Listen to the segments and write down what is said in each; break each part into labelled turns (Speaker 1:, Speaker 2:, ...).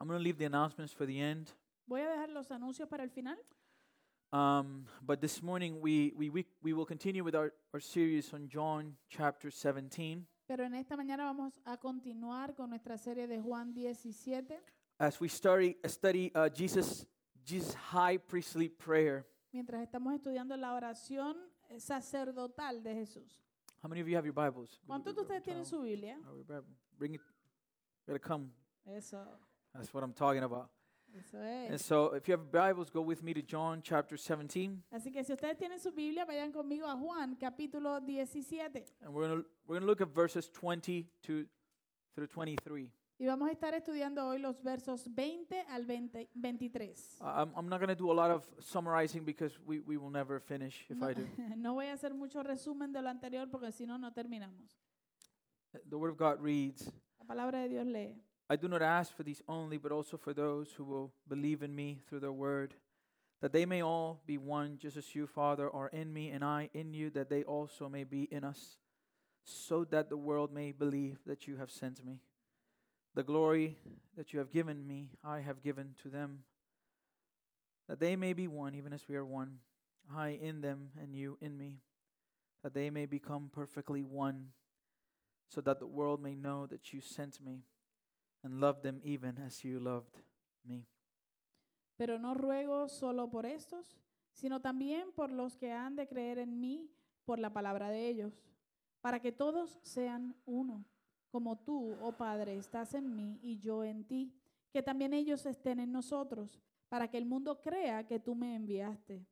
Speaker 1: I'm going to leave the announcements for the end.
Speaker 2: Voy a dejar los anuncios para el final,
Speaker 1: Um, but this morning, we, we, we, we will continue with our, our series on John chapter 17
Speaker 2: pero en esta mañana vamos a continuar con nuestra serie de Juan 17,
Speaker 1: as we study, study uh, Jesus, Jesus' high priestly prayer.
Speaker 2: mientras estamos estudiando la oración eh, sacerdotal de Jesús.
Speaker 1: How many of you have your Bibles?
Speaker 2: ¿Cuántos de ustedes tienen su Biblia?
Speaker 1: Our Bible. Bring it. Gotta come.
Speaker 2: Eso,
Speaker 1: That's what I'm talking about.
Speaker 2: eso
Speaker 1: And
Speaker 2: es.
Speaker 1: so, if you have Bibles, go with me to John chapter 17,
Speaker 2: Así que si ustedes tienen su Biblia, vayan conmigo a Juan capítulo 17.
Speaker 1: and we're gonna we're gonna look at verses 20 to through 23.
Speaker 2: Y vamos a estar estudiando hoy los versos 20 al 20 23.
Speaker 1: Uh, I'm I'm not gonna do a lot of summarizing because we we will never finish if I do.
Speaker 2: No voy a hacer mucho resumen de lo anterior porque si no, no terminamos.
Speaker 1: The Word of God reads,
Speaker 2: La palabra de Dios lee.
Speaker 1: "I do not ask for these only, but also for those who will believe in me through their word, that they may all be one, just as you, Father, are in me and I in you, that they also may be in us, so that the world may believe that you have sent me." The glory that you have given me, I have given to them, that they may be one, even as we are one, I in them and you in me, that they may become perfectly one, so that the world may know that you sent me and loved them even as you loved me.
Speaker 2: Pero no ruego solo por estos, sino también por los que han de creer en mí por la palabra de ellos, para que todos sean uno, como tú, oh Padre, estás en mí y yo en ti, que también ellos estén en nosotros, para que el mundo crea que tú me enviaste.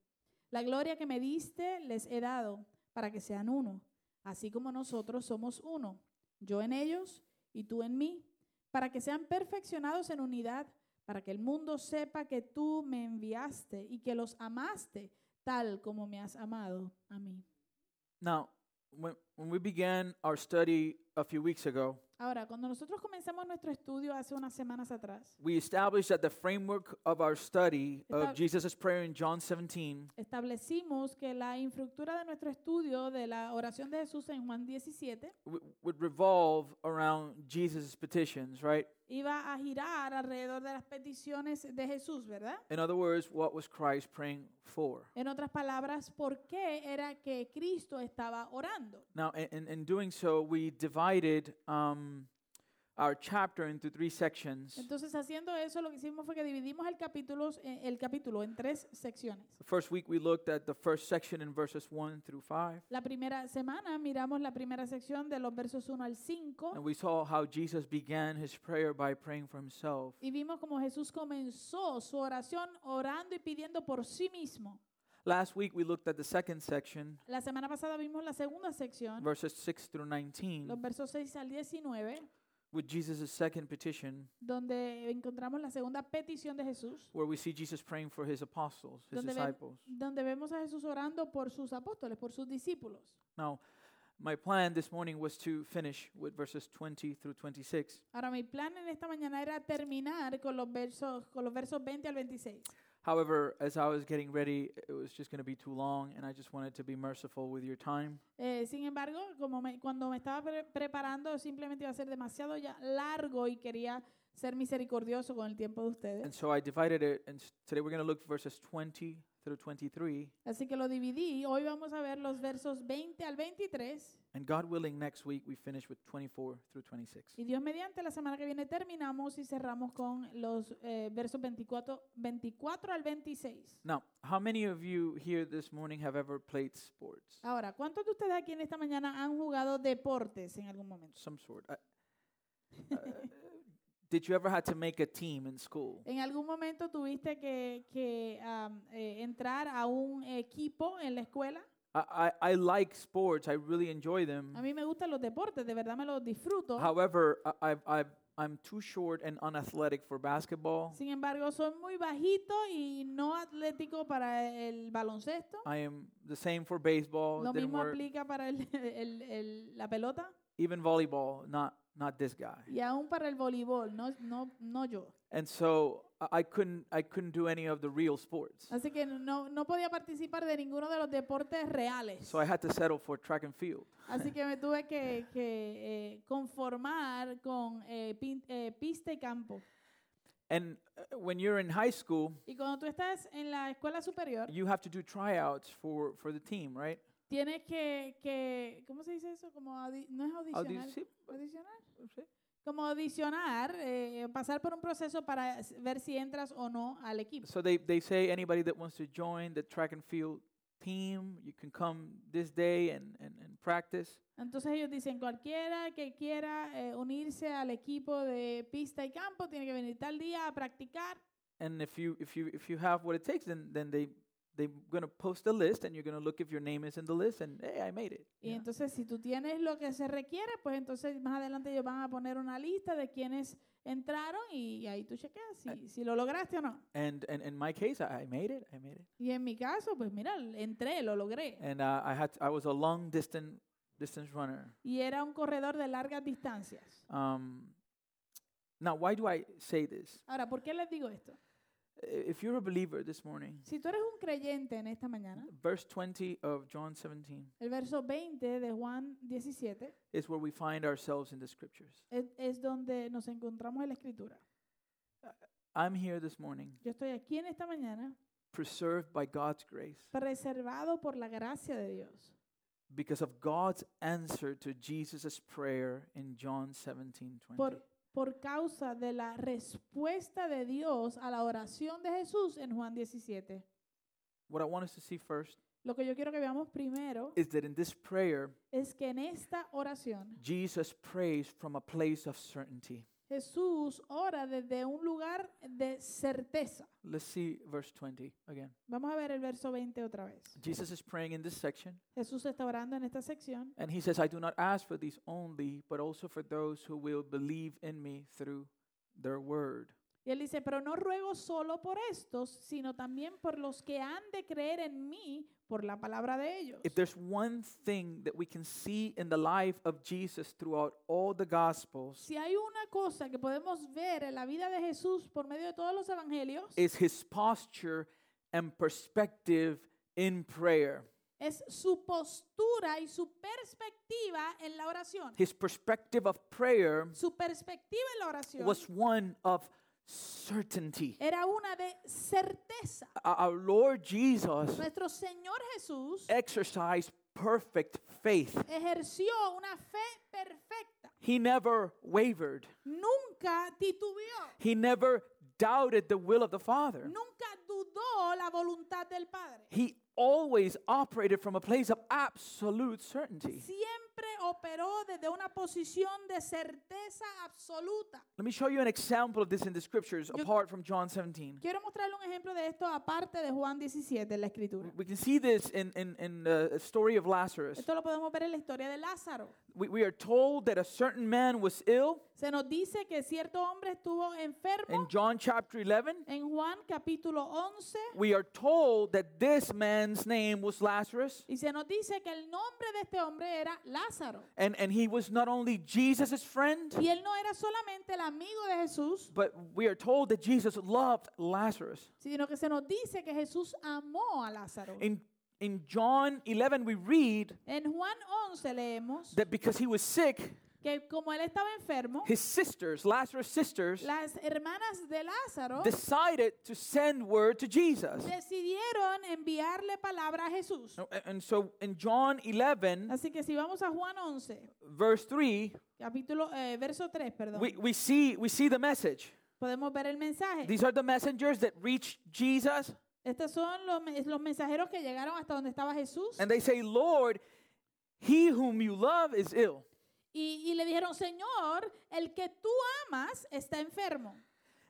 Speaker 2: La gloria que me diste les he dado, para que sean uno, así como nosotros somos uno, yo en ellos y tú en mí, para que sean perfeccionados en unidad para que el mundo sepa que tú me enviaste y que los amaste tal como me has amado a mí.
Speaker 1: Now, when, when we began our study a few weeks ago,
Speaker 2: Ahora, cuando nosotros comenzamos nuestro estudio hace unas semanas atrás,
Speaker 1: we established that the framework of our study of
Speaker 2: Estab-
Speaker 1: Jesus' prayer in John 17
Speaker 2: establecimos que la infraestructura de nuestro estudio de la oración de Jesús en Juan 17
Speaker 1: w- would revolve around Jesus' petitions, right?
Speaker 2: iba a girar alrededor de las peticiones de Jesús, ¿verdad?
Speaker 1: In other words, what was Christ praying for?
Speaker 2: En otras palabras, ¿por qué era que Cristo estaba orando?
Speaker 1: Now, in- in, in doing so, we divided um, our chapter into three sections.
Speaker 2: Entonces, haciendo eso, lo que hicimos fue que dividimos el capítulo, eh, el capítulo en tres secciones.
Speaker 1: The first week, we looked at the first section in verses 1 through 5,
Speaker 2: La primera semana miramos la primera sección de los versos 1 al
Speaker 1: and
Speaker 2: 5
Speaker 1: we saw how Jesus began his prayer by praying for himself.
Speaker 2: y vimos cómo Jesús comenzó su oración orando y pidiendo por sí mismo.
Speaker 1: Last week, we looked at the second section,
Speaker 2: La semana pasada vimos la segunda sección,
Speaker 1: verses 6 through 19,
Speaker 2: los versos 6 al 19,
Speaker 1: with Jesus' second petition,
Speaker 2: donde encontramos la segunda petición de Jesús,
Speaker 1: where we see Jesus praying for his apostles, his
Speaker 2: Donde ven-
Speaker 1: disciples.
Speaker 2: donde vemos a Jesús orando por sus apóstoles, por sus discípulos.
Speaker 1: Now, my plan this morning was to finish with verses 20 through 26.
Speaker 2: Ahora mi plan en esta mañana era terminar con los versos con los versos 20 al 26.
Speaker 1: However, as I was getting ready, it was just going to be too long, and I just wanted to be merciful with your time.
Speaker 2: Eh, sin embargo, como me- cuando me estaba pre- preparando, simplemente iba a ser demasiado ya largo y quería ser misericordioso con el tiempo de
Speaker 1: And
Speaker 2: ustedes.
Speaker 1: so I divided it, and s- today we're going to look verses 20 through 23.
Speaker 2: Así que lo dividí. Hoy vamos a ver los versos 20 al 23.
Speaker 1: And God willing, next week we finish with 24 through 26.
Speaker 2: Y Dios mediante, la semana que viene terminamos y cerramos con los eh, versos 24, 24 al 26.
Speaker 1: Now, how many of you here this morning have ever played sports?
Speaker 2: Ahora, ¿cuántos de ustedes aquí en esta mañana han jugado deportes en algún momento?
Speaker 1: Some sort. I, uh, did you ever had to make a team in school?
Speaker 2: ¿En algún momento tuviste que, que, am, eh, entrar a un equipo en la escuela?
Speaker 1: I, I, I like sports. I really enjoy them.
Speaker 2: A mí me gustan los deportes, de verdad me los disfruto.
Speaker 1: However, I, I've, I've, I'm too short and unathletic for basketball.
Speaker 2: Sin embargo, soy muy bajito y no atlético para el baloncesto.
Speaker 1: I am the same for baseball.
Speaker 2: Lo
Speaker 1: Oh, didn't
Speaker 2: mismo
Speaker 1: work.
Speaker 2: aplica para el- el- el- la pelota
Speaker 1: Even volleyball, not not this guy.
Speaker 2: y aún para el voleibol, no, no, no yo.
Speaker 1: And so I- I couldn't I couldn't do any of the real sports.
Speaker 2: Así que no, no podía participar de ninguno de los deportes reales.
Speaker 1: So I had to settle for track and field.
Speaker 2: Así que me tuve que, que, eh, conformar con eh, pin- eh, pista y campo.
Speaker 1: And uh, when you're in high school,
Speaker 2: Y cuando tú estás en la escuela superior,
Speaker 1: you have to do tryouts for, for the team, right?
Speaker 2: tienes que, que ¿cómo se dice eso? Como audi- no es
Speaker 1: Audi-
Speaker 2: audicionar.
Speaker 1: sí,
Speaker 2: ¿Audicionar?
Speaker 1: sí.
Speaker 2: Como audicionar, eh, pasar por un proceso para s- ver si entras o no al equipo.
Speaker 1: So they, they say anybody that wants to join the track and field team, you can come this day and, and, and practice.
Speaker 2: Entonces ellos dicen, cualquiera que quiera eh, unirse al equipo de pista y campo tiene que venir tal día a practicar.
Speaker 1: And if you if you if you have what it takes, then then they they're gonna post a list and you're gonna look if your name is in the list and hey I made it. you
Speaker 2: Y
Speaker 1: know?
Speaker 2: entonces si tú tienes lo que se requiere, pues entonces más adelante ellos van a poner una lista de quienes entraron y ahí tú chequeas si, si lo lograste o no.
Speaker 1: And and in my case I, I made it, I made it.
Speaker 2: Y en mi caso, pues mira, entré, lo logré.
Speaker 1: And uh, I had I was a long distance distance runner.
Speaker 2: Y era un corredor de largas distancias.
Speaker 1: Um, now why do I say this?
Speaker 2: Ahora, ¿por qué les digo esto?
Speaker 1: I- If you're a believer this morning,
Speaker 2: Si tú eres un creyente en esta mañana,
Speaker 1: verse 20 of John 17
Speaker 2: el verso 20 de Juan 17
Speaker 1: is where we find ourselves in the scriptures.
Speaker 2: es, es donde nos encontramos en la escritura.
Speaker 1: I'm here this morning,
Speaker 2: Yo estoy aquí en esta mañana
Speaker 1: preserved by God's grace
Speaker 2: preservado por la gracia de Dios,
Speaker 1: because of God's answer to Jesus' prayer in John 17 20.
Speaker 2: por, por causa de la respuesta de Dios a la oración de Jesús en Juan 17.
Speaker 1: What I want us to see first
Speaker 2: Lo que yo quiero que veamos primero
Speaker 1: is that in this prayer,
Speaker 2: es que en esta oración
Speaker 1: Jesus prays from a place of certainty.
Speaker 2: Jesús ora desde un lugar de certeza.
Speaker 1: Let's see verse 20 again.
Speaker 2: Vamos a ver el verso 20 otra vez.
Speaker 1: Jesus is praying in this section,
Speaker 2: Jesús está orando en esta sección
Speaker 1: and he says, I do not ask for these only, but also for those who will believe in me through their word.
Speaker 2: y él dice, pero no ruego solo por estos, sino también por los que han de creer en mí por la palabra de ellos.
Speaker 1: If there's one thing that we can see in the life of Jesus throughout all the Gospels,
Speaker 2: Si hay una cosa que podemos ver en la vida de Jesús por medio de todos los evangelios,
Speaker 1: is his posture and perspective in prayer.
Speaker 2: es su postura y su perspectiva en la oración.
Speaker 1: His perspective of prayer
Speaker 2: Su perspectiva en la oración
Speaker 1: was one of certainty.
Speaker 2: era una de certeza.
Speaker 1: Our our Lord Jesus
Speaker 2: Nuestro Señor Jesús
Speaker 1: Eh. exercised perfect faith.
Speaker 2: ejerció una fe perfecta.
Speaker 1: He never wavered.
Speaker 2: Nunca titubeó.
Speaker 1: He never doubted the will of the Father.
Speaker 2: Nunca dudó la voluntad del Padre.
Speaker 1: He always operated from a place of absolute certainty.
Speaker 2: Siempre operó desde una posición de certeza absoluta.
Speaker 1: Let me show you an example of this in the scriptures
Speaker 2: Yo-
Speaker 1: apart from John 17.
Speaker 2: Quiero mostrarle un ejemplo de esto aparte de Juan 17 en la escritura.
Speaker 1: We can see this in, in, in the story of Lazarus.
Speaker 2: Esto lo podemos ver en la historia de Lázaro.
Speaker 1: We, we are told that a certain man was ill
Speaker 2: Se nos dice que cierto hombre estuvo enfermo
Speaker 1: in John chapter 11.
Speaker 2: en Juan capítulo 11
Speaker 1: We are told that this man's name was Lazarus.
Speaker 2: y se nos dice que el nombre de este hombre era Lázaro.
Speaker 1: And, and he was not only Jesus' friend,
Speaker 2: Y él no era solamente el amigo de Jesús,
Speaker 1: but we are told that Jesus loved Lazarus.
Speaker 2: sino que se nos dice que Jesús amó a Lázaro.
Speaker 1: In, in John 11, we read
Speaker 2: En Juan 11 leemos
Speaker 1: that because he was sick,
Speaker 2: que como él estaba enfermo,
Speaker 1: his sisters, Lazarus' sisters,
Speaker 2: las hermanas de Lázaro
Speaker 1: decided to send word to Jesus.
Speaker 2: decidieron enviarle palabra a Jesús.
Speaker 1: No, a- And so in John 11,
Speaker 2: Así que si vamos a Juan 11,
Speaker 1: verse 3,
Speaker 2: capítulo, eh, verso 3, perdón,
Speaker 1: we, we, see, we see the message.
Speaker 2: podemos ver el mensaje.
Speaker 1: These are the messengers that reached Jesus,
Speaker 2: Estos son los, me- los mensajeros que llegaron hasta donde estaba Jesús
Speaker 1: and they say, Lord, he whom you love is ill.
Speaker 2: y, y le dijeron, Señor, el que tú amas está enfermo.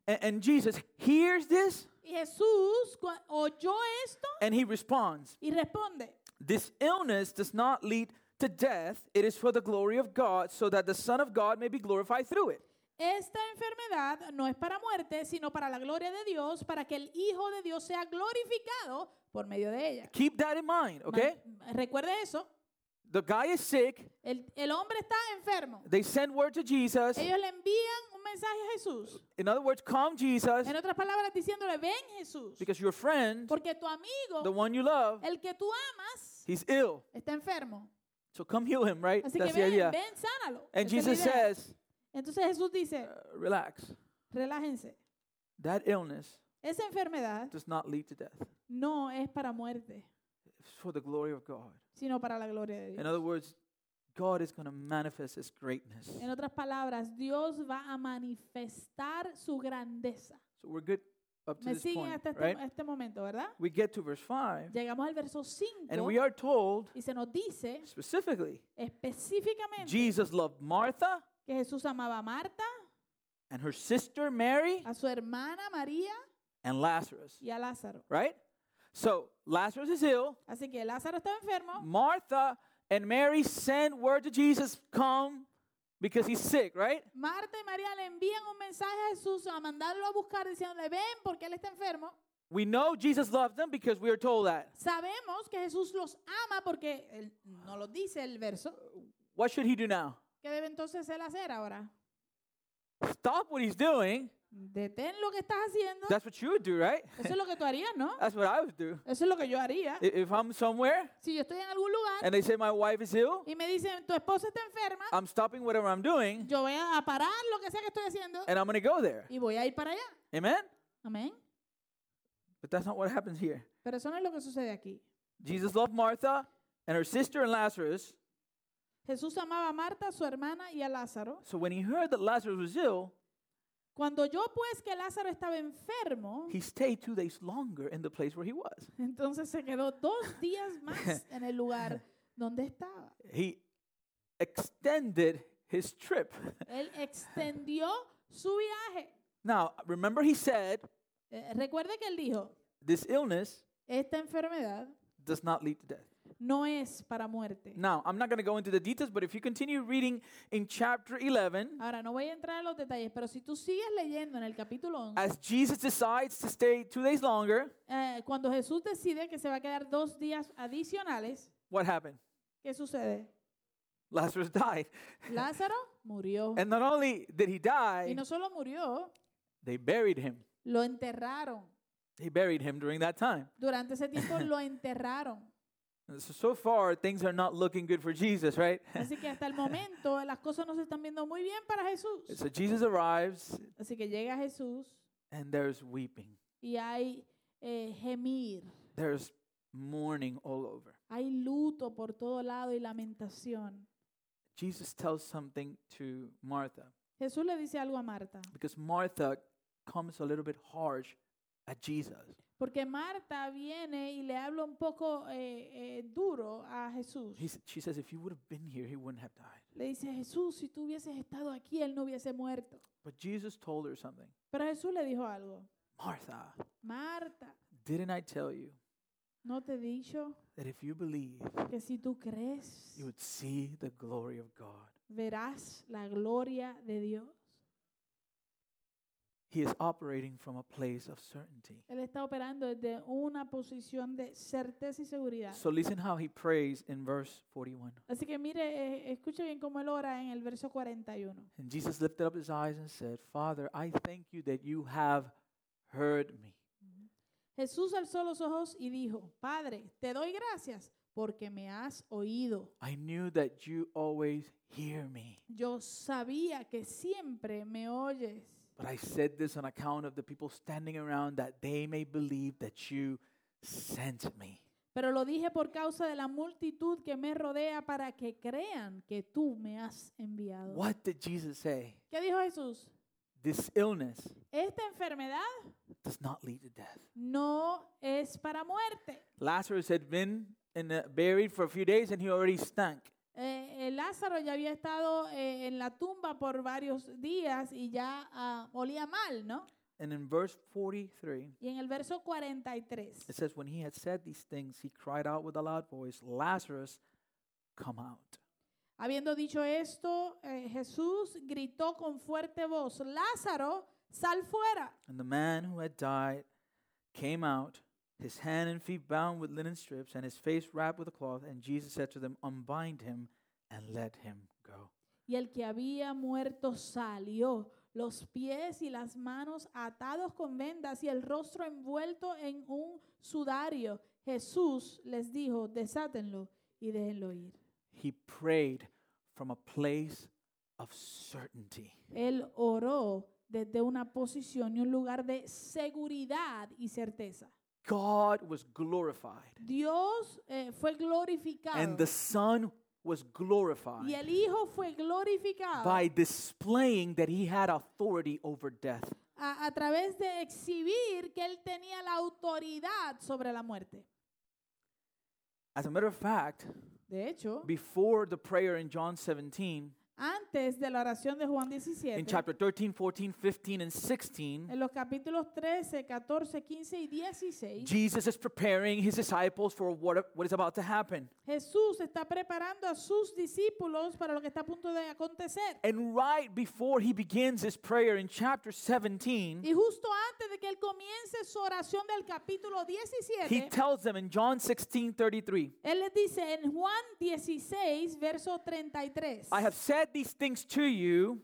Speaker 1: And, and Jesus hears this
Speaker 2: Y Jesús cua- oyó esto
Speaker 1: and he responds
Speaker 2: y responde,
Speaker 1: This illness does not lead to death, it is for the glory of God, so that the Son of God may be glorified through it.
Speaker 2: Esta enfermedad no es para muerte, sino para la gloria de Dios, para que el Hijo de Dios sea glorificado por medio de ella.
Speaker 1: Keep that in mind, okay?
Speaker 2: Man- Recuerde eso.
Speaker 1: The guy is sick,
Speaker 2: El, el hombre está enfermo.
Speaker 1: they send word to Jesus.
Speaker 2: Ellos le envían un mensaje a Jesús.
Speaker 1: In other words, come, Jesus,
Speaker 2: En otras palabras, diciéndole, ven Jesús,
Speaker 1: because your friend,
Speaker 2: porque tu
Speaker 1: the
Speaker 2: amigo,
Speaker 1: one you love,
Speaker 2: el que tú amas,
Speaker 1: he's ill.
Speaker 2: está enfermo.
Speaker 1: So come heal him, right?
Speaker 2: Así que
Speaker 1: That's the
Speaker 2: ven,
Speaker 1: idea.
Speaker 2: ven, sánalo.
Speaker 1: And
Speaker 2: Esa es la
Speaker 1: Jesus
Speaker 2: idea.
Speaker 1: says,
Speaker 2: Entonces Jesús dice,
Speaker 1: "Uh, relax.
Speaker 2: relájense.
Speaker 1: That illness
Speaker 2: Esa enfermedad
Speaker 1: does not lead to death.
Speaker 2: no es para muerte,
Speaker 1: It's for the glory of God.
Speaker 2: sino para la gloria de
Speaker 1: In other
Speaker 2: Dios.
Speaker 1: words, God is going to manifest his greatness.
Speaker 2: En otras palabras, Dios va a manifestar su grandeza.
Speaker 1: So we're good up to
Speaker 2: Me
Speaker 1: this
Speaker 2: siguen
Speaker 1: point,
Speaker 2: hasta este,
Speaker 1: right?
Speaker 2: este momento, ¿verdad?
Speaker 1: We get to verse 5
Speaker 2: Llegamos al verso
Speaker 1: and
Speaker 2: 5
Speaker 1: we are told
Speaker 2: y se nos dice
Speaker 1: specifically
Speaker 2: específicamente
Speaker 1: Jesus loved Martha
Speaker 2: que Jesús amaba a Marta,
Speaker 1: and her sister Mary
Speaker 2: a su hermana María
Speaker 1: and Lazarus,
Speaker 2: y a Lázaro.
Speaker 1: right? So Lazarus is ill.
Speaker 2: Así que Lázaro estaba
Speaker 1: Mm.
Speaker 2: enfermo
Speaker 1: Martha and Mary send word to Jesus, come because he's sick, right?
Speaker 2: Marta y María le envían un mensaje a Jesús a mandarlo a buscar diciéndole, ven porque él está enfermo.
Speaker 1: We know Jesus loved them because we are told that.
Speaker 2: Sabemos que Jesús los ama porque él no lo dice el verso.
Speaker 1: What should he do now?
Speaker 2: ¿Qué debe entonces él hacer ahora?
Speaker 1: Stop what he's doing.
Speaker 2: Detén lo que estás haciendo.
Speaker 1: That's what you would do, right?
Speaker 2: Eso es lo que tú harías, ¿no?
Speaker 1: That's what I would do.
Speaker 2: Eso es lo que yo haría.
Speaker 1: I- If I'm somewhere
Speaker 2: Si yo estoy en algún lugar
Speaker 1: and they say my wife is ill,
Speaker 2: y me dicen, tu esposa está enferma,
Speaker 1: I'm stopping whatever I'm doing
Speaker 2: yo voy a parar lo que sea que estoy haciendo
Speaker 1: and I'm going to go there.
Speaker 2: y voy a ir para allá.
Speaker 1: Amen?
Speaker 2: Amén.
Speaker 1: But that's not what happens here.
Speaker 2: Pero eso no es lo que sucede aquí.
Speaker 1: Jesus loved Martha and her sister and Lazarus.
Speaker 2: Jesús amaba a Marta, a su hermana y a Lázaro.
Speaker 1: So when he heard that Lazarus was ill,
Speaker 2: Cuando yo pues que Lázaro estaba enfermo,
Speaker 1: he stayed two days longer in the place where he was.
Speaker 2: entonces se quedó dos días más en el lugar donde estaba.
Speaker 1: He extended his trip.
Speaker 2: Él extendió su viaje.
Speaker 1: Now, remember he said
Speaker 2: Eh, recuerde que él dijo,
Speaker 1: this illness
Speaker 2: esta enfermedad
Speaker 1: does not lead to death.
Speaker 2: no es para muerte.
Speaker 1: Now, I'm not going to go into the details, but if you continue reading in chapter 11,
Speaker 2: Ahora, no voy a entrar en los detalles, pero si tú sigues leyendo en el capítulo 11,
Speaker 1: as Jesus decides to stay two days longer,
Speaker 2: eh, cuando Jesús decide que se va a quedar dos días adicionales,
Speaker 1: what happened?
Speaker 2: ¿qué sucede?
Speaker 1: Lazarus died.
Speaker 2: Lázaro murió.
Speaker 1: And not only did he
Speaker 2: Y
Speaker 1: die,
Speaker 2: no solo murió,
Speaker 1: they buried him.
Speaker 2: lo enterraron.
Speaker 1: They buried him during that time.
Speaker 2: Durante ese tiempo lo enterraron.
Speaker 1: And So, so far, things are not looking good for Jesus, right?
Speaker 2: Así que hasta el momento las cosas no se están viendo muy bien para Jesús.
Speaker 1: so Jesus arrives,
Speaker 2: Así que llega Jesús
Speaker 1: and there's weeping.
Speaker 2: y hay eh, gemir,
Speaker 1: There's mourning all over.
Speaker 2: hay luto por todo lado y lamentación.
Speaker 1: Jesus tells something to Martha
Speaker 2: Jesús le dice algo a Marta,
Speaker 1: because Martha comes a little bit harsh at Jesus.
Speaker 2: porque Marta viene y le habla un poco eh, eh, duro a Jesús.
Speaker 1: He, s- she says, If you would have been here, he wouldn't have died.
Speaker 2: Le dice, Jesús, si tú hubieses estado aquí, él no hubiese muerto.
Speaker 1: But Jesus told her something
Speaker 2: Pero Jesús le dijo algo,
Speaker 1: Martha,
Speaker 2: Marta,
Speaker 1: didn't I tell you
Speaker 2: ¿no te he dicho
Speaker 1: that if you believe,
Speaker 2: que si tú crees,
Speaker 1: you would see the glory of God?
Speaker 2: verás la gloria de Dios?
Speaker 1: He is operating from a place of certainty.
Speaker 2: Él está operando desde una posición de certeza y seguridad.
Speaker 1: So listen how he prays in verse 41.
Speaker 2: Así que mire, eh, escuche bien cómo él ora en el verso 41.
Speaker 1: And Jesus lifted up his eyes and said, Father, I thank you that you have heard me.
Speaker 2: Jesús alzó los ojos y dijo, Padre, te doy gracias porque me has oído.
Speaker 1: I knew that you always hear me.
Speaker 2: Yo sabía que siempre me oyes,
Speaker 1: But I said this on account of the people standing around that they may believe that you sent me.
Speaker 2: pero lo dije por causa de la multitud que me rodea para que crean que tú me has enviado.
Speaker 1: What did Jesus say?
Speaker 2: ¿Qué dijo Jesús?
Speaker 1: This illness
Speaker 2: Esta enfermedad
Speaker 1: does not lead to death.
Speaker 2: no es para muerte.
Speaker 1: Lazarus had been in a, buried for a few days and he already stank.
Speaker 2: Eh, eh, Lázaro ya había estado eh, en la tumba por varios días y ya ah, olía mal, ¿no?
Speaker 1: And in verse 43,
Speaker 2: Y en el verso 43
Speaker 1: It says, When he had said these things, he cried out with a loud voice, Lazarus, come out.
Speaker 2: Habiendo dicho esto, eh, Jesús gritó con fuerte voz, Lázaro, sal fuera.
Speaker 1: And the man who had died came out, his hand and feet bound with linen strips, and his face wrapped with a cloth. And Jesus said to them, Unbind him and let him go.
Speaker 2: Y el que había muerto salió, los pies y las manos atados con vendas y el rostro envuelto en un sudario. Jesús les dijo, desátenlo y déjenlo ir.
Speaker 1: He prayed from a place of certainty.
Speaker 2: Él oró desde una posición y un lugar de seguridad y certeza.
Speaker 1: God was glorified,
Speaker 2: Dios eh, fue glorificado
Speaker 1: and the Son was
Speaker 2: y
Speaker 1: glorified
Speaker 2: el Hijo fue glorificado
Speaker 1: by displaying that he had authority over death.
Speaker 2: a, a través de exhibir que Él tenía la autoridad sobre la muerte.
Speaker 1: As a matter of fact,
Speaker 2: De hecho,
Speaker 1: before the prayer in John 17,
Speaker 2: antes de la oración de Juan 17,
Speaker 1: in chapter 13, 14, 15, and 16,
Speaker 2: en los capítulos 13, 14, 15 y 16,
Speaker 1: Jesus is preparing his disciples for what, what is about to happen.
Speaker 2: Jesús está preparando a sus discípulos para lo que está a punto de acontecer.
Speaker 1: And right before he begins his prayer in chapter
Speaker 2: Y
Speaker 1: 17,
Speaker 2: justo antes de que él comience su oración del capítulo
Speaker 1: he
Speaker 2: 17,
Speaker 1: tells them in John 16 33,
Speaker 2: él les dice en Juan 16, verso 33,
Speaker 1: I have said these things to you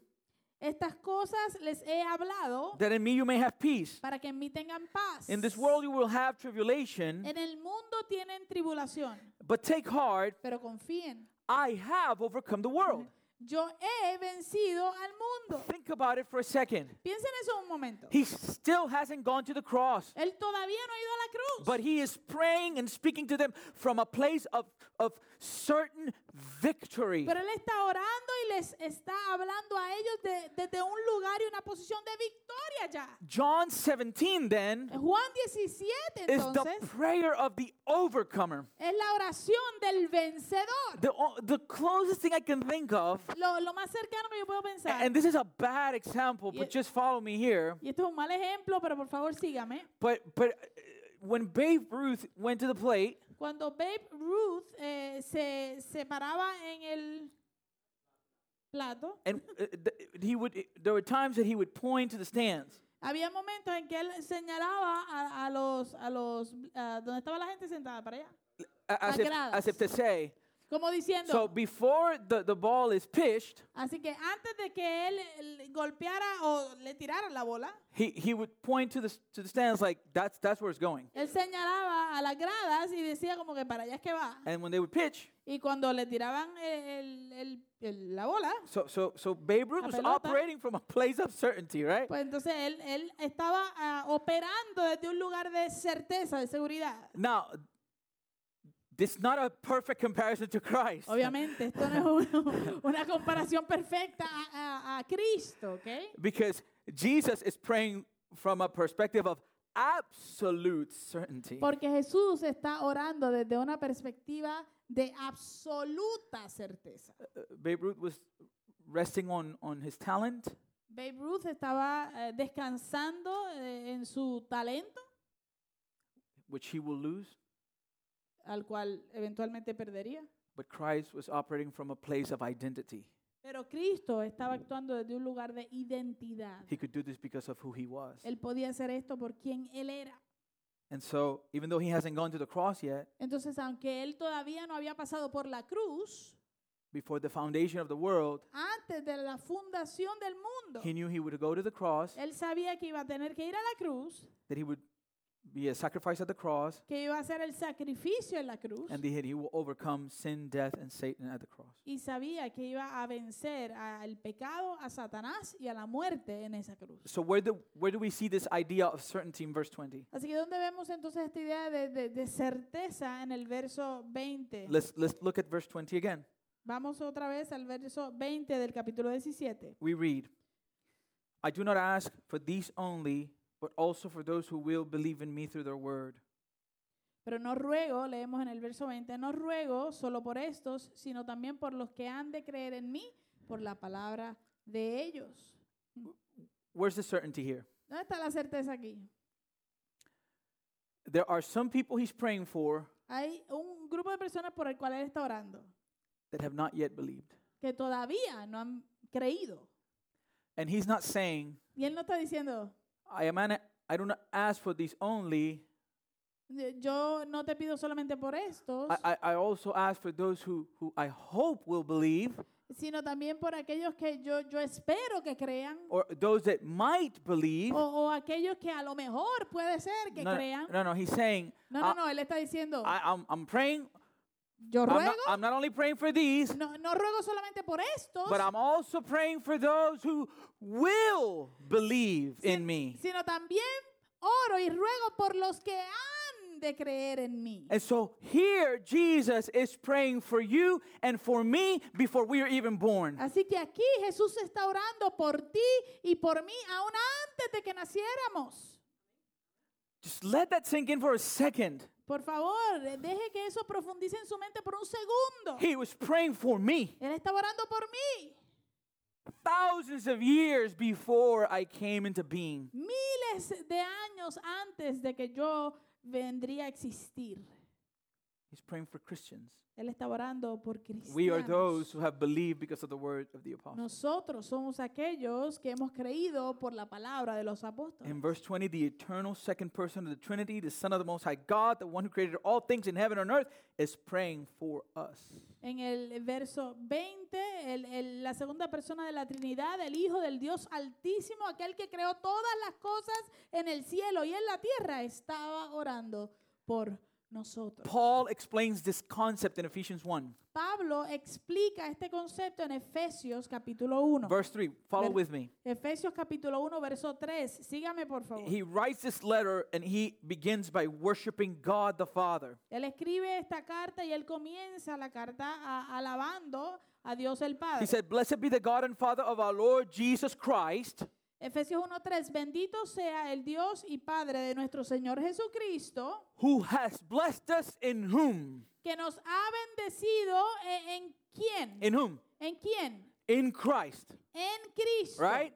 Speaker 2: estas cosas les he hablado
Speaker 1: that in me you may have peace.
Speaker 2: para que en mí tengan paz.
Speaker 1: In this world you will have tribulation,
Speaker 2: En el mundo tienen tribulación,
Speaker 1: but take heart,
Speaker 2: pero confíen.
Speaker 1: I have overcome the world.
Speaker 2: Yo he vencido al mundo.
Speaker 1: Think about it for a second.
Speaker 2: Piensen eso un momento.
Speaker 1: He still hasn't gone to the cross,
Speaker 2: Él todavía no ha ido a la cruz.
Speaker 1: but he is praying and speaking to them from a place of, of certain victory.
Speaker 2: Pero él está orando y les está hablando a ellos de- desde un lugar y una posición de victoria ya.
Speaker 1: John 17 then
Speaker 2: En Juan 17
Speaker 1: is the
Speaker 2: entonces
Speaker 1: prayer of the overcomer.
Speaker 2: es la oración del vencedor.
Speaker 1: The, o- the closest thing I can think of,
Speaker 2: Lo, lo más cercano que yo puedo
Speaker 1: a-
Speaker 2: pensar.
Speaker 1: and this is a bad example,
Speaker 2: Yeah.
Speaker 1: but just follow me here.
Speaker 2: Y esto es un mal ejemplo, pero por favor sígame.
Speaker 1: But but uh, when Babe Ruth went to the plate,
Speaker 2: Cuando Babe Ruth eh, se, se paraba en el plato,
Speaker 1: and uh, th- he would there were times that he would point to the stands,
Speaker 2: había momentos en que él señalaba a, a los, a los, a donde estaba la gente sentada para allá.
Speaker 1: a- as if,
Speaker 2: Sagradas.
Speaker 1: as if to say.
Speaker 2: Como diciendo,
Speaker 1: So before the, the ball is pitched,
Speaker 2: Así que antes de que él eh, golpeara o le tirara la bola,
Speaker 1: he, he would point to the s- to the stands like that's that's where it's going.
Speaker 2: él señalaba a las gradas y decía como que para allá es que va.
Speaker 1: And when they would pitch,
Speaker 2: Y cuando le tiraban el- el- el- el- la bola,
Speaker 1: so so so Babe Ruth
Speaker 2: La
Speaker 1: was
Speaker 2: pelota.
Speaker 1: operating from a place of certainty, right?
Speaker 2: pues entonces él, él estaba ah, operando desde un lugar de certeza, de seguridad.
Speaker 1: Now, this is not a perfect comparison to Christ.
Speaker 2: Obviamente, esto no es un- una comparación perfecta a, a- a Cristo, ¿ok?
Speaker 1: Because Jesus is praying from a perspective of absolute certainty.
Speaker 2: Porque Jesús está orando desde una perspectiva de absoluta certeza.
Speaker 1: Uh, Babe Ruth was resting on, on his talent.
Speaker 2: Babe Ruth estaba eh, descansando eh, en su talento,
Speaker 1: Which he will lose,
Speaker 2: al cual eventualmente perdería.
Speaker 1: but Christ was operating from a place of identity.
Speaker 2: Pero Cristo estaba actuando desde un lugar de identidad.
Speaker 1: He could do this because of who he was.
Speaker 2: Él podía hacer esto por quien él era.
Speaker 1: And so, even though he hasn't gone to the cross yet,
Speaker 2: Entonces, aunque él todavía no había pasado por la cruz,
Speaker 1: before the foundation of the world,
Speaker 2: antes de la fundación del mundo,
Speaker 1: he knew he would go to the cross,
Speaker 2: él sabía que iba a tener que ir a la cruz,
Speaker 1: that he would be a sacrifice at the cross,
Speaker 2: que iba a hacer el sacrificio en la cruz
Speaker 1: and that he will overcome sin, death, and Satan at the cross.
Speaker 2: y sabía que iba a vencer a- al pecado, a Satanás y a la muerte en esa cruz.
Speaker 1: So where do where do we see this idea of certainty in verse 20?
Speaker 2: Así que ¿dónde vemos entonces esta idea de, de- de certeza en el verso 20?
Speaker 1: Let's let's look at verse 20 again.
Speaker 2: Vamos otra vez al verso 20 del capítulo 17.
Speaker 1: We read, I do not ask for these only, but also for those who will believe in me through their word,
Speaker 2: Pero no ruego, leemos en el verso 20, no ruego solo por estos, sino también por los que han de creer en mí, por la palabra de ellos.
Speaker 1: Where's the certainty here?
Speaker 2: ¿Dónde está la certeza aquí?
Speaker 1: There are some people he's praying for
Speaker 2: Hay un grupo de personas por el cual él está orando,
Speaker 1: that have not yet believed.
Speaker 2: que todavía no han creído.
Speaker 1: And he's not saying,
Speaker 2: Y él no está diciendo,
Speaker 1: I am an, I do not ask for these only.
Speaker 2: yo no te pido solamente por estos.
Speaker 1: I, I, I also ask for those who, who I hope will believe,
Speaker 2: sino también por aquellos que yo, yo espero que crean
Speaker 1: or those that might believe.
Speaker 2: o, o aquellos que a lo mejor puede ser que
Speaker 1: no,
Speaker 2: crean.
Speaker 1: no, no, he's saying,
Speaker 2: No, no,
Speaker 1: ah, ah.
Speaker 2: no, él está diciendo,
Speaker 1: I, I'm, I'm praying
Speaker 2: Yo
Speaker 1: I'm
Speaker 2: ruego,
Speaker 1: not, I'm not only praying for these,
Speaker 2: no, no ruego solamente por estos,
Speaker 1: but um, I'm also praying for those who will believe in me.
Speaker 2: sino también oro y ruego por los que han de creer en mí.
Speaker 1: And so here Jesus is praying for you and for me before we are even born.
Speaker 2: Así que aquí Jesús está orando por ti y por mí aún antes de que naciéramos.
Speaker 1: Just let that sink in for a second.
Speaker 2: Por favor, deje que eso profundice en su mente por un segundo.
Speaker 1: He was praying for me
Speaker 2: Él estaba orando por mí
Speaker 1: thousands of years before I came into being.
Speaker 2: miles de años antes de que yo vendría a existir.
Speaker 1: He's praying for Christians.
Speaker 2: Él estaba orando por Cristo.
Speaker 1: We are those who have believed because of the word of the apostle.
Speaker 2: Nosotros somos aquellos que hemos creído por la palabra de los apóstoles.
Speaker 1: In verse 20, the eternal second person of the Trinity, the Son of the Most High God, the one who created all things in heaven and earth, is praying for us.
Speaker 2: En el verso 20, el- el- la segunda persona de la Trinidad, el Hijo del Dios Altísimo, aquel que creó todas las cosas en el cielo y en la tierra, estaba orando por nosotros.
Speaker 1: Paul explains this concept in Ephesians 1,
Speaker 2: Pablo explica este concepto en Efesios capítulo 1.
Speaker 1: verse 3. Follow
Speaker 2: Ver-
Speaker 1: with me.
Speaker 2: Efesios capítulo 1, verso 3. Sígame, por favor.
Speaker 1: He writes this letter and he begins by worshiping God the Father.
Speaker 2: Él escribe esta carta y él comienza la carta a- alabando a Dios el
Speaker 1: He
Speaker 2: Padre.
Speaker 1: said, Blessed be the God and Father of our Lord Jesus Christ.
Speaker 2: Efesios 1:3, bendito sea el Dios y Padre de nuestro Señor Jesucristo,
Speaker 1: who has blessed us in whom?
Speaker 2: que nos ha bendecido e- en, quién?
Speaker 1: In whom?
Speaker 2: ¿En quién?
Speaker 1: In Christ,
Speaker 2: En Cristo.
Speaker 1: right?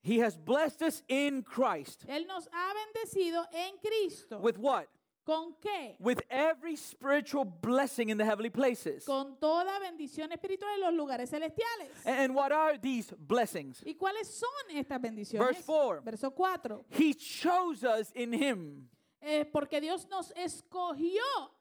Speaker 1: He has blessed us in Christ.
Speaker 2: Él nos ha bendecido en Cristo.
Speaker 1: With what?
Speaker 2: ¿Con qué?
Speaker 1: With every spiritual blessing in the heavenly places. A-
Speaker 2: Con toda bendición espiritual en los lugares celestiales.
Speaker 1: And what are these blessings?
Speaker 2: ¿Y cuáles son estas bendiciones?
Speaker 1: Verse four.
Speaker 2: Verso 4.
Speaker 1: He chose us in Him.
Speaker 2: Eh, porque Dios nos escogió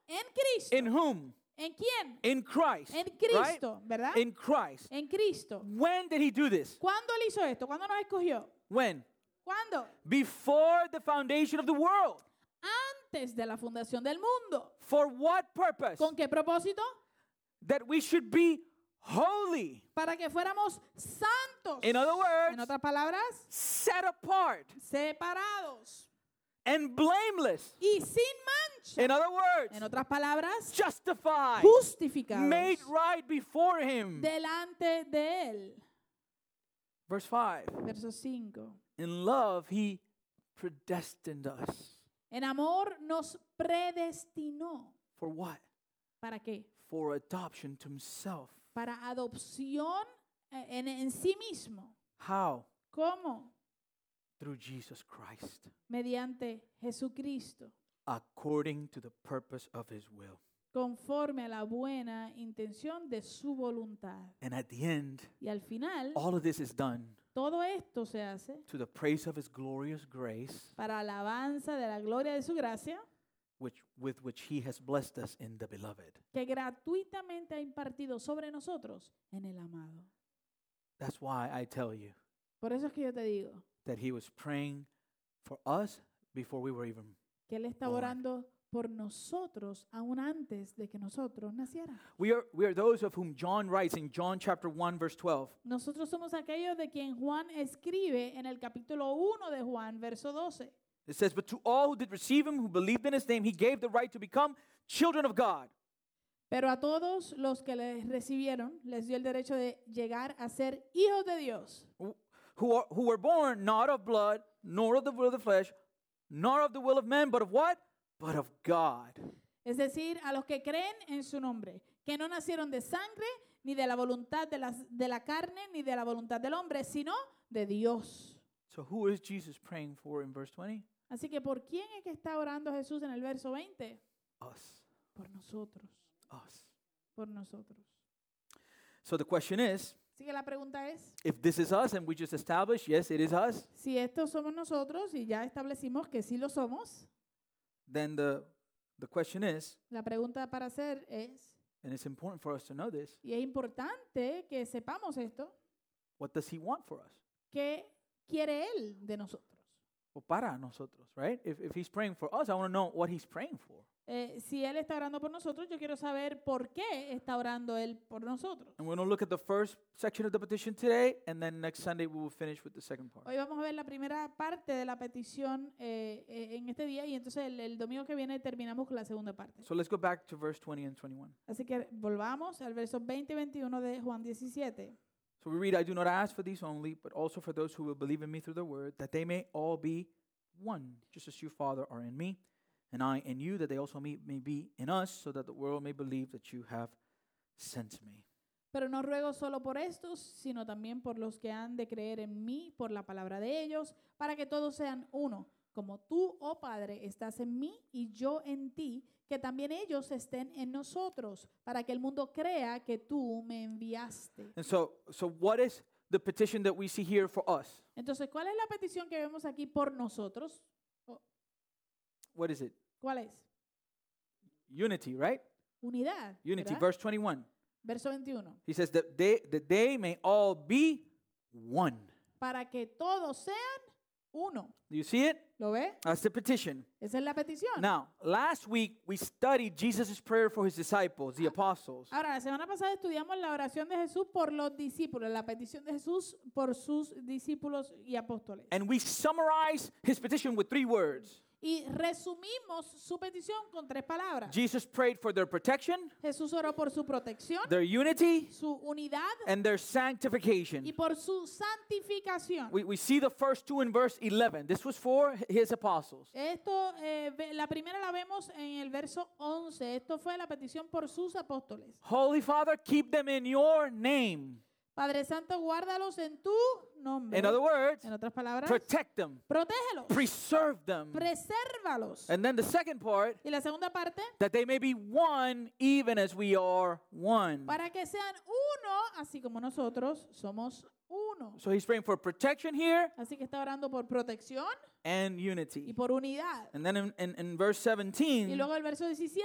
Speaker 2: en Cristo.
Speaker 1: In whom?
Speaker 2: ¿En quién?
Speaker 1: In Christ.
Speaker 2: En
Speaker 1: right?
Speaker 2: Cristo, ¿verdad?
Speaker 1: In Christ.
Speaker 2: en Cristo.
Speaker 1: When did He do this?
Speaker 2: ¿Cuándo Él hizo esto? ¿Cuándo nos escogió?
Speaker 1: When?
Speaker 2: ¿Cuándo?
Speaker 1: Before the foundation of the world.
Speaker 2: Antes de la fundación del mundo.
Speaker 1: For what purpose?
Speaker 2: ¿Con qué propósito?
Speaker 1: That we should be holy.
Speaker 2: Para que fuéramos santos.
Speaker 1: In other words,
Speaker 2: en otras palabras,
Speaker 1: set apart
Speaker 2: separados
Speaker 1: and blameless.
Speaker 2: y sin mancha.
Speaker 1: In other
Speaker 2: En
Speaker 1: words,
Speaker 2: otras palabras,
Speaker 1: justified,
Speaker 2: justificados
Speaker 1: made right before Him.
Speaker 2: delante de Él.
Speaker 1: Verse 5
Speaker 2: Verso 5.
Speaker 1: In love, He predestined us.
Speaker 2: En amor nos predestinó.
Speaker 1: For what?
Speaker 2: ¿Para qué?
Speaker 1: For adoption to Himself.
Speaker 2: Para adopción eh, en, en sí mismo.
Speaker 1: How?
Speaker 2: ¿Cómo?
Speaker 1: Through Jesus Christ,
Speaker 2: Mediante Jesucristo,
Speaker 1: according to the purpose of His will.
Speaker 2: conforme a la buena intención de su voluntad.
Speaker 1: And at the end,
Speaker 2: Y al final,
Speaker 1: all of this is done
Speaker 2: todo esto se hace
Speaker 1: to the praise of His glorious grace,
Speaker 2: para alabanza de la gloria de su gracia,
Speaker 1: which, with which He has blessed us in the beloved.
Speaker 2: que gratuitamente ha impartido sobre nosotros en el amado.
Speaker 1: That's why I tell you.
Speaker 2: Por eso es que yo te digo
Speaker 1: that he was praying for us before we were even.
Speaker 2: que Él está
Speaker 1: Lord.
Speaker 2: orando por nosotros aún antes de que nosotros naciéramos.
Speaker 1: We are, we are those of whom John writes in John chapter 1, verse 12.
Speaker 2: Nosotros somos aquellos de quien Juan escribe en el capítulo 1 de Juan, verso 12.
Speaker 1: It says, But to all who did receive him, who believed in his name, he gave the right to become children of God.
Speaker 2: Pero a todos los que les recibieron, les dio el derecho de llegar a ser hijos de Dios,
Speaker 1: wh- Who, are, who were born not of blood, nor of the will of the flesh, nor of the will of man, but of what? But of God.
Speaker 2: es decir, a los que creen en su nombre, que no nacieron de sangre, ni de la voluntad de, las- de la carne, ni de la voluntad del hombre, sino de Dios.
Speaker 1: So who is Jesus praying for in verse 20?
Speaker 2: Así que ¿por quién es que está orando Jesús en el verso 20?
Speaker 1: Us.
Speaker 2: Por nosotros,
Speaker 1: Us.
Speaker 2: por nosotros.
Speaker 1: So the question is
Speaker 2: Así que la pregunta es,
Speaker 1: if this is us and we just established, yes, it is us,
Speaker 2: si estos somos nosotros y ya establecimos que sí lo somos,
Speaker 1: then the, the question is
Speaker 2: la pregunta para hacer es,
Speaker 1: And it's important for us to know this.
Speaker 2: y es importante que sepamos esto,
Speaker 1: What does he want for us?
Speaker 2: ¿Qué quiere Él de nosotros?
Speaker 1: o para nosotros, right? If, if he's praying for us, I want to know what he's praying for.
Speaker 2: Eh, si Él está orando por nosotros, yo quiero saber por qué está orando Él por nosotros.
Speaker 1: And we're going to look at the first section of the petition today, and then next Sunday we will finish with the second part.
Speaker 2: Hoy vamos a ver la primera parte de la petición eh, eh, en este día y entonces el, el domingo que viene terminamos con la segunda parte.
Speaker 1: So let's go back to verse 20 and 21.
Speaker 2: Así que volvamos al verso 20 y 21 de Juan 17.
Speaker 1: So we read, I do not ask for these only, but also for those who will believe in me through the word, that they may all be one, just as you, Father, are in me, and I in you, that they also may, may be in us, so that the world may believe that you have sent me.
Speaker 2: Pero no ruego solo por estos, sino también por los que han de creer en mí, por la palabra de ellos, para que todos sean uno, como tú, oh Padre, estás en mí y yo en ti, que también ellos estén en nosotros, para que el mundo crea que tú me enviaste.
Speaker 1: And so, so what is the petition that we see here for us?
Speaker 2: Entonces, ¿cuál es la petición que vemos aquí por nosotros?
Speaker 1: What is it?
Speaker 2: ¿Cuál es?
Speaker 1: Unity, right?
Speaker 2: Unidad.
Speaker 1: Unity.
Speaker 2: ¿verdad?
Speaker 1: Verse 21.
Speaker 2: Verso 21.
Speaker 1: He says that they, that they may all be one.
Speaker 2: Para que todos sean uno.
Speaker 1: Do you see it?
Speaker 2: ¿Lo ve?
Speaker 1: That's the petition.
Speaker 2: Esa es la petición.
Speaker 1: Now, last week we studied Jesus' prayer for his disciples, the apostles.
Speaker 2: Ahora, la semana pasada estudiamos la oración de Jesús por los discípulos, la petición de Jesús por sus discípulos y apóstoles.
Speaker 1: And we summarize his petition with three words.
Speaker 2: Y resumimos su petición con tres palabras.
Speaker 1: Jesus prayed for their protection,
Speaker 2: Jesús oró por su protección,
Speaker 1: their unity,
Speaker 2: su unidad
Speaker 1: and their
Speaker 2: y
Speaker 1: sanctification.
Speaker 2: por su santificación.
Speaker 1: We, we see the first two in verse 11. This was for his apostles.
Speaker 2: Esto, eh, ve- la primera la vemos en el verso 11. Esto fue la petición por sus apóstoles.
Speaker 1: Holy Father, keep them in your name.
Speaker 2: Padre Santo, guárdalos en tu nombre.
Speaker 1: In other words,
Speaker 2: en otras palabras,
Speaker 1: protect them,
Speaker 2: protégelos,
Speaker 1: preserve them.
Speaker 2: presérvalos.
Speaker 1: And then the second part,
Speaker 2: Y la segunda parte,
Speaker 1: that they may be one even as we are one.
Speaker 2: para que sean uno, así como nosotros somos uno.
Speaker 1: So he's praying for protection here
Speaker 2: Así que está orando por protección
Speaker 1: and
Speaker 2: y
Speaker 1: unity.
Speaker 2: por unidad.
Speaker 1: And then in, in, in verse
Speaker 2: Y
Speaker 1: 17,
Speaker 2: luego el verso 17,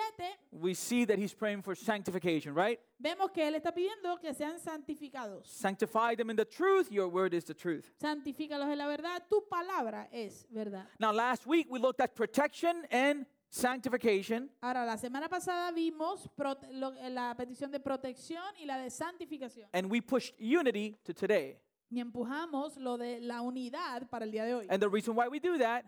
Speaker 1: we see that he's praying for sanctification, right?
Speaker 2: vemos que él está pidiendo que sean santificados.
Speaker 1: Sanctify them in the truth. Your word is the truth.
Speaker 2: Santifícalos en la verdad, tu palabra es verdad.
Speaker 1: Now, last week we looked at protection and sanctification.
Speaker 2: Ahora, la semana pasada vimos prote- lo- eh, la petición de protección y la de santificación.
Speaker 1: And we pushed unity to today.
Speaker 2: Y empujamos lo de la unidad para el día de hoy.
Speaker 1: And the reason why we do that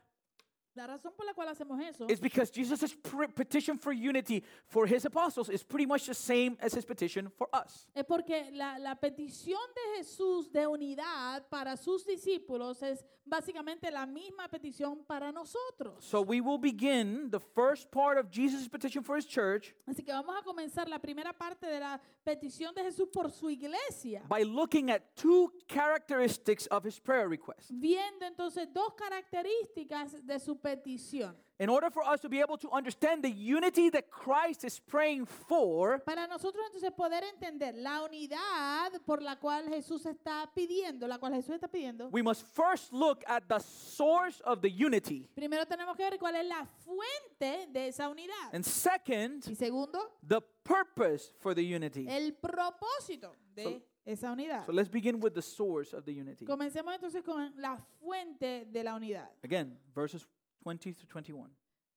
Speaker 2: La razón por la cual hacemos eso
Speaker 1: is because Jesus' pr- petition for unity for his apostles is pretty much the same as his petition for us.
Speaker 2: es porque la, la petición de Jesús de unidad para sus discípulos es básicamente la misma petición para nosotros.
Speaker 1: So we will begin the first part of Jesus' petition for his church
Speaker 2: Así que vamos a comenzar la primera parte de la petición de Jesús por su iglesia,
Speaker 1: by looking at two characteristics of his prayer request.
Speaker 2: viendo entonces dos características de su petición.
Speaker 1: In order for us to be able to understand the unity that Christ is praying for,
Speaker 2: Para nosotros entonces poder entender la unidad por la cual Jesús está pidiendo, la cual Jesús está pidiendo,
Speaker 1: we must first look at the source of the unity.
Speaker 2: primero tenemos que ver cuál es la fuente de esa unidad.
Speaker 1: And
Speaker 2: Y
Speaker 1: second,
Speaker 2: segundo,
Speaker 1: the purpose for the unity.
Speaker 2: el propósito de
Speaker 1: So-
Speaker 2: esa unidad.
Speaker 1: So let's begin with the source of the unity.
Speaker 2: Comencemos entonces con la fuente de la unidad.
Speaker 1: Again, verses 20 through 21.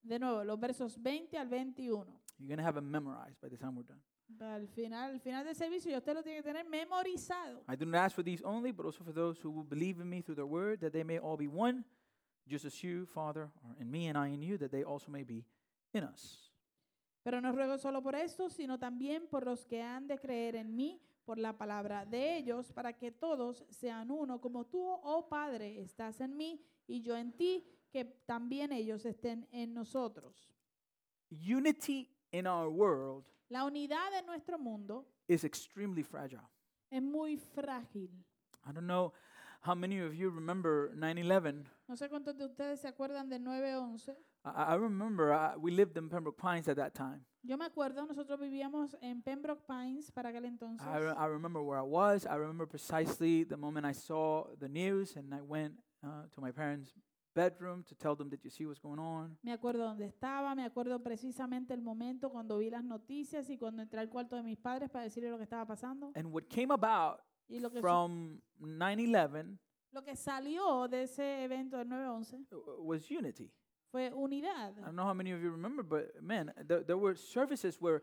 Speaker 2: De nuevo, los versos 20 al 21.
Speaker 1: You're going to have it memorized by the time we're done.
Speaker 2: Al final, al final del servicio ya usted lo tiene que tener memorizado.
Speaker 1: I do not ask for these only, but also for those who will believe in me through their word, that they may all be one, just as you, Father, are in me and I in you, that they also may be in us.
Speaker 2: Pero no ruego solo por esto, sino también por los que han de creer en mí, por la palabra de ellos, para que todos sean uno, como tú, oh Padre, estás en mí y yo en ti, que también ellos estén en nosotros.
Speaker 1: Unity in our world
Speaker 2: La unidad de nuestro mundo
Speaker 1: is extremely fragile.
Speaker 2: es muy frágil.
Speaker 1: I don't know how many of you remember 9 11.
Speaker 2: No sé cuántos de ustedes se acuerdan del 9-11.
Speaker 1: I, I remember I, we lived in Pembroke Pines at that time.
Speaker 2: Yo me acuerdo, nosotros vivíamos en Pembroke Pines para aquel entonces.
Speaker 1: I, re- I remember where I was. I remember precisely the moment I saw the news, and I went uh, to my parents' bedroom to tell them, Did you see what's going on?
Speaker 2: Me acuerdo dónde estaba, me acuerdo precisamente el momento cuando vi las noticias y cuando entré al cuarto de mis padres para decirles lo que estaba pasando.
Speaker 1: And what came about
Speaker 2: Y lo que, su-
Speaker 1: from 9 11
Speaker 2: Lo que salió de ese evento del 9-11
Speaker 1: w- uh, was unity.
Speaker 2: fue unidad.
Speaker 1: I don't know how many of you remember, but man, there, there were services where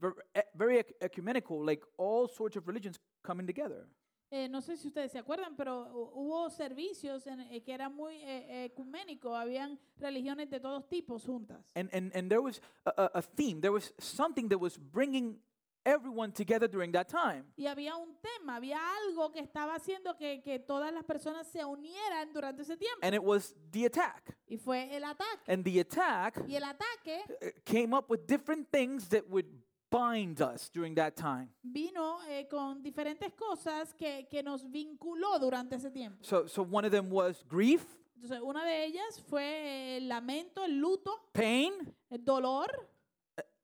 Speaker 1: ver- e- very ec- ecumenical, like all sorts of religions coming together.
Speaker 2: Eh, no sé si ustedes se acuerdan, pero hu- hubo servicios en- eh, que eran muy eh, ecuménicos, habían religiones de todos tipos juntas.
Speaker 1: And, and, and there was a, a- a theme, there was something that was bringing everyone together during that time.
Speaker 2: Y había un tema, había algo que estaba haciendo que, que todas las personas se unieran durante ese tiempo.
Speaker 1: And it was the attack.
Speaker 2: Y fue el ataque.
Speaker 1: And the attack
Speaker 2: Y el ataque
Speaker 1: uh, came up with different things that would bind us during that time.
Speaker 2: vino eh, con diferentes cosas que, que nos vinculó durante ese tiempo.
Speaker 1: So, so one of them was grief,
Speaker 2: Entonces, una de ellas fue el lamento, el luto,
Speaker 1: pain,
Speaker 2: el dolor,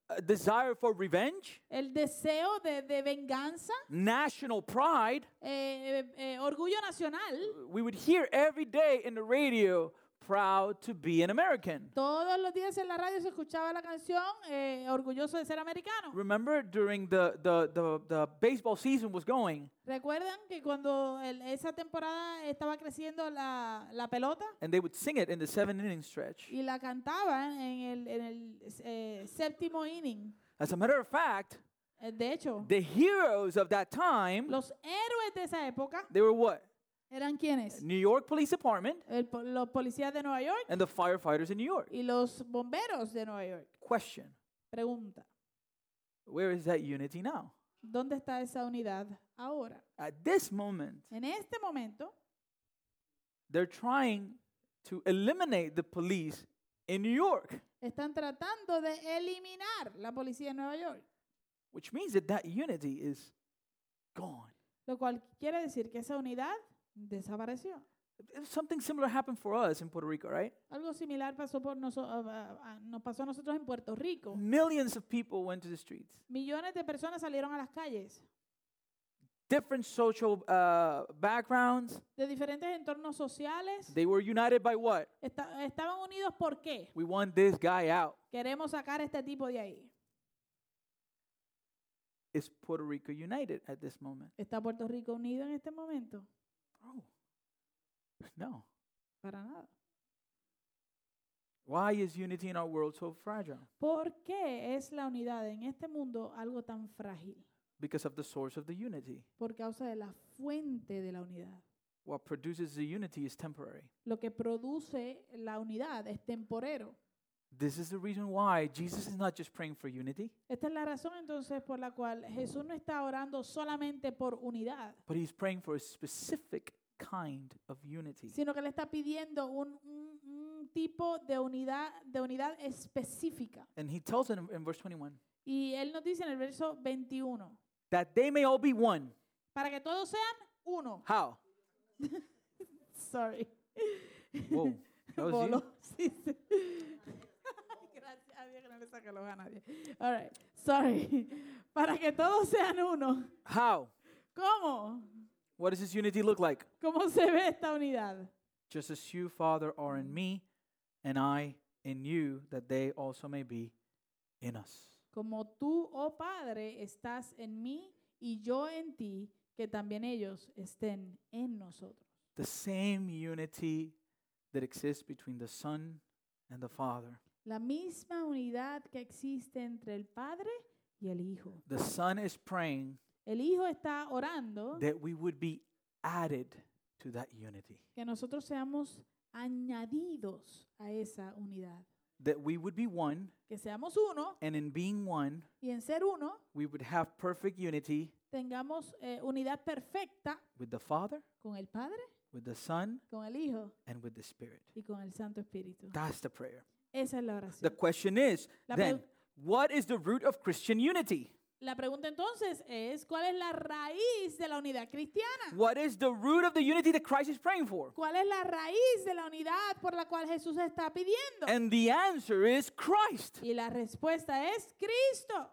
Speaker 1: a desire for revenge,
Speaker 2: el deseo de, de venganza,
Speaker 1: national pride.
Speaker 2: eh, eh, eh, orgullo nacional.
Speaker 1: We would hear every day in the radio, proud to be an American.
Speaker 2: Todos los días en la radio se escuchaba la canción eh, Orgulloso de ser americano.
Speaker 1: Remember during the, the, the, the baseball season was going,
Speaker 2: Recuerdan que cuando el- esa temporada estaba creciendo la, la pelota
Speaker 1: and they would sing it in the seven inning stretch.
Speaker 2: y la cantaban en el, en el eh, séptimo inning.
Speaker 1: As a matter of fact,
Speaker 2: Eh, De hecho,
Speaker 1: the heroes of that time,
Speaker 2: los héroes de esa época
Speaker 1: they were what?
Speaker 2: eran quienes?
Speaker 1: New York Police Department
Speaker 2: El po- los policías de Nueva York
Speaker 1: and the firefighters in New York.
Speaker 2: y los bomberos de Nueva York.
Speaker 1: Question
Speaker 2: Pregunta,
Speaker 1: Where is that unity now?
Speaker 2: ¿dónde está esa unidad ahora?
Speaker 1: At this moment,
Speaker 2: En este momento
Speaker 1: they're trying to eliminate the police in New York,
Speaker 2: están tratando de eliminar la policía de Nueva York,
Speaker 1: which means that that unity is gone.
Speaker 2: lo cual quiere decir que esa unidad desapareció.
Speaker 1: Something similar happened for us in Puerto Rico, right?
Speaker 2: Algo similar pasó por noso- a- a- a- nos pasó a nosotros en Puerto Rico.
Speaker 1: Millions of people went to the streets.
Speaker 2: Millones de personas salieron a las calles
Speaker 1: Different social uh, backgrounds.
Speaker 2: de diferentes entornos sociales.
Speaker 1: They were united by what?
Speaker 2: Esta- estaban unidos por qué?
Speaker 1: We want this guy out.
Speaker 2: Queremos sacar a este tipo de ahí.
Speaker 1: Is Puerto Rico united at this moment?
Speaker 2: ¿Está Puerto Rico unido en este momento?
Speaker 1: Oh, no.
Speaker 2: Para nada.
Speaker 1: Why is unity in our world so fragile?
Speaker 2: ¿Por qué es la unidad en este mundo algo tan frágil?
Speaker 1: Because of the source of the unity.
Speaker 2: Por causa de la fuente de la unidad.
Speaker 1: What produces the unity is temporary.
Speaker 2: Lo que produce la unidad es temporero.
Speaker 1: This is the reason why Jesus is not just praying for unity,
Speaker 2: Esta es la razón entonces por la cual Jesús no está orando solamente por unidad,
Speaker 1: but he's praying for a specific kind of unity.
Speaker 2: sino que le está pidiendo un, un- un tipo de unidad, de unidad específica.
Speaker 1: And he tells it in, in verse 21
Speaker 2: Y él nos dice en el verso 21,
Speaker 1: that they may all be one.
Speaker 2: para que todos sean uno.
Speaker 1: How?
Speaker 2: Sorry.
Speaker 1: Whoa, that was you.
Speaker 2: Bolo. Sí, sí. Gracias a Dios que no le saca los a nadie. All right. Sorry. Para que todos sean uno.
Speaker 1: How?
Speaker 2: ¿Cómo?
Speaker 1: What does this unity look like?
Speaker 2: ¿Cómo se ve esta unidad?
Speaker 1: Just as you, Father, are in me, and I in you, that they also may be in us.
Speaker 2: Como tú, oh Padre, estás en mí y yo en ti, que también ellos estén en nosotros.
Speaker 1: The same unity that exists between the Son and the Father.
Speaker 2: La misma unidad que existe entre el Padre y el Hijo.
Speaker 1: The Son is praying
Speaker 2: El Hijo está orando
Speaker 1: that we would be added to that unity,
Speaker 2: que nosotros seamos añadidos a esa unidad.
Speaker 1: that we would be one,
Speaker 2: Que seamos uno
Speaker 1: and in being one,
Speaker 2: y en ser uno
Speaker 1: we would have perfect unity
Speaker 2: tengamos eh, unidad perfecta
Speaker 1: with the Father,
Speaker 2: con el Padre,
Speaker 1: with the Son,
Speaker 2: con el Hijo
Speaker 1: and with the Spirit.
Speaker 2: y con el Santo Espíritu.
Speaker 1: That's the prayer.
Speaker 2: Esa es la
Speaker 1: The
Speaker 2: oración.
Speaker 1: question is
Speaker 2: La
Speaker 1: then,
Speaker 2: pregu-
Speaker 1: what is the root of Christian unity?
Speaker 2: La pregunta entonces es, ¿cuál es la raíz de la unidad cristiana?
Speaker 1: What is the root of the unity that Christ is praying for?
Speaker 2: ¿Cuál es la raíz de la unidad por la cual Jesús está pidiendo?
Speaker 1: And the answer is Christ.
Speaker 2: Y la respuesta es Cristo.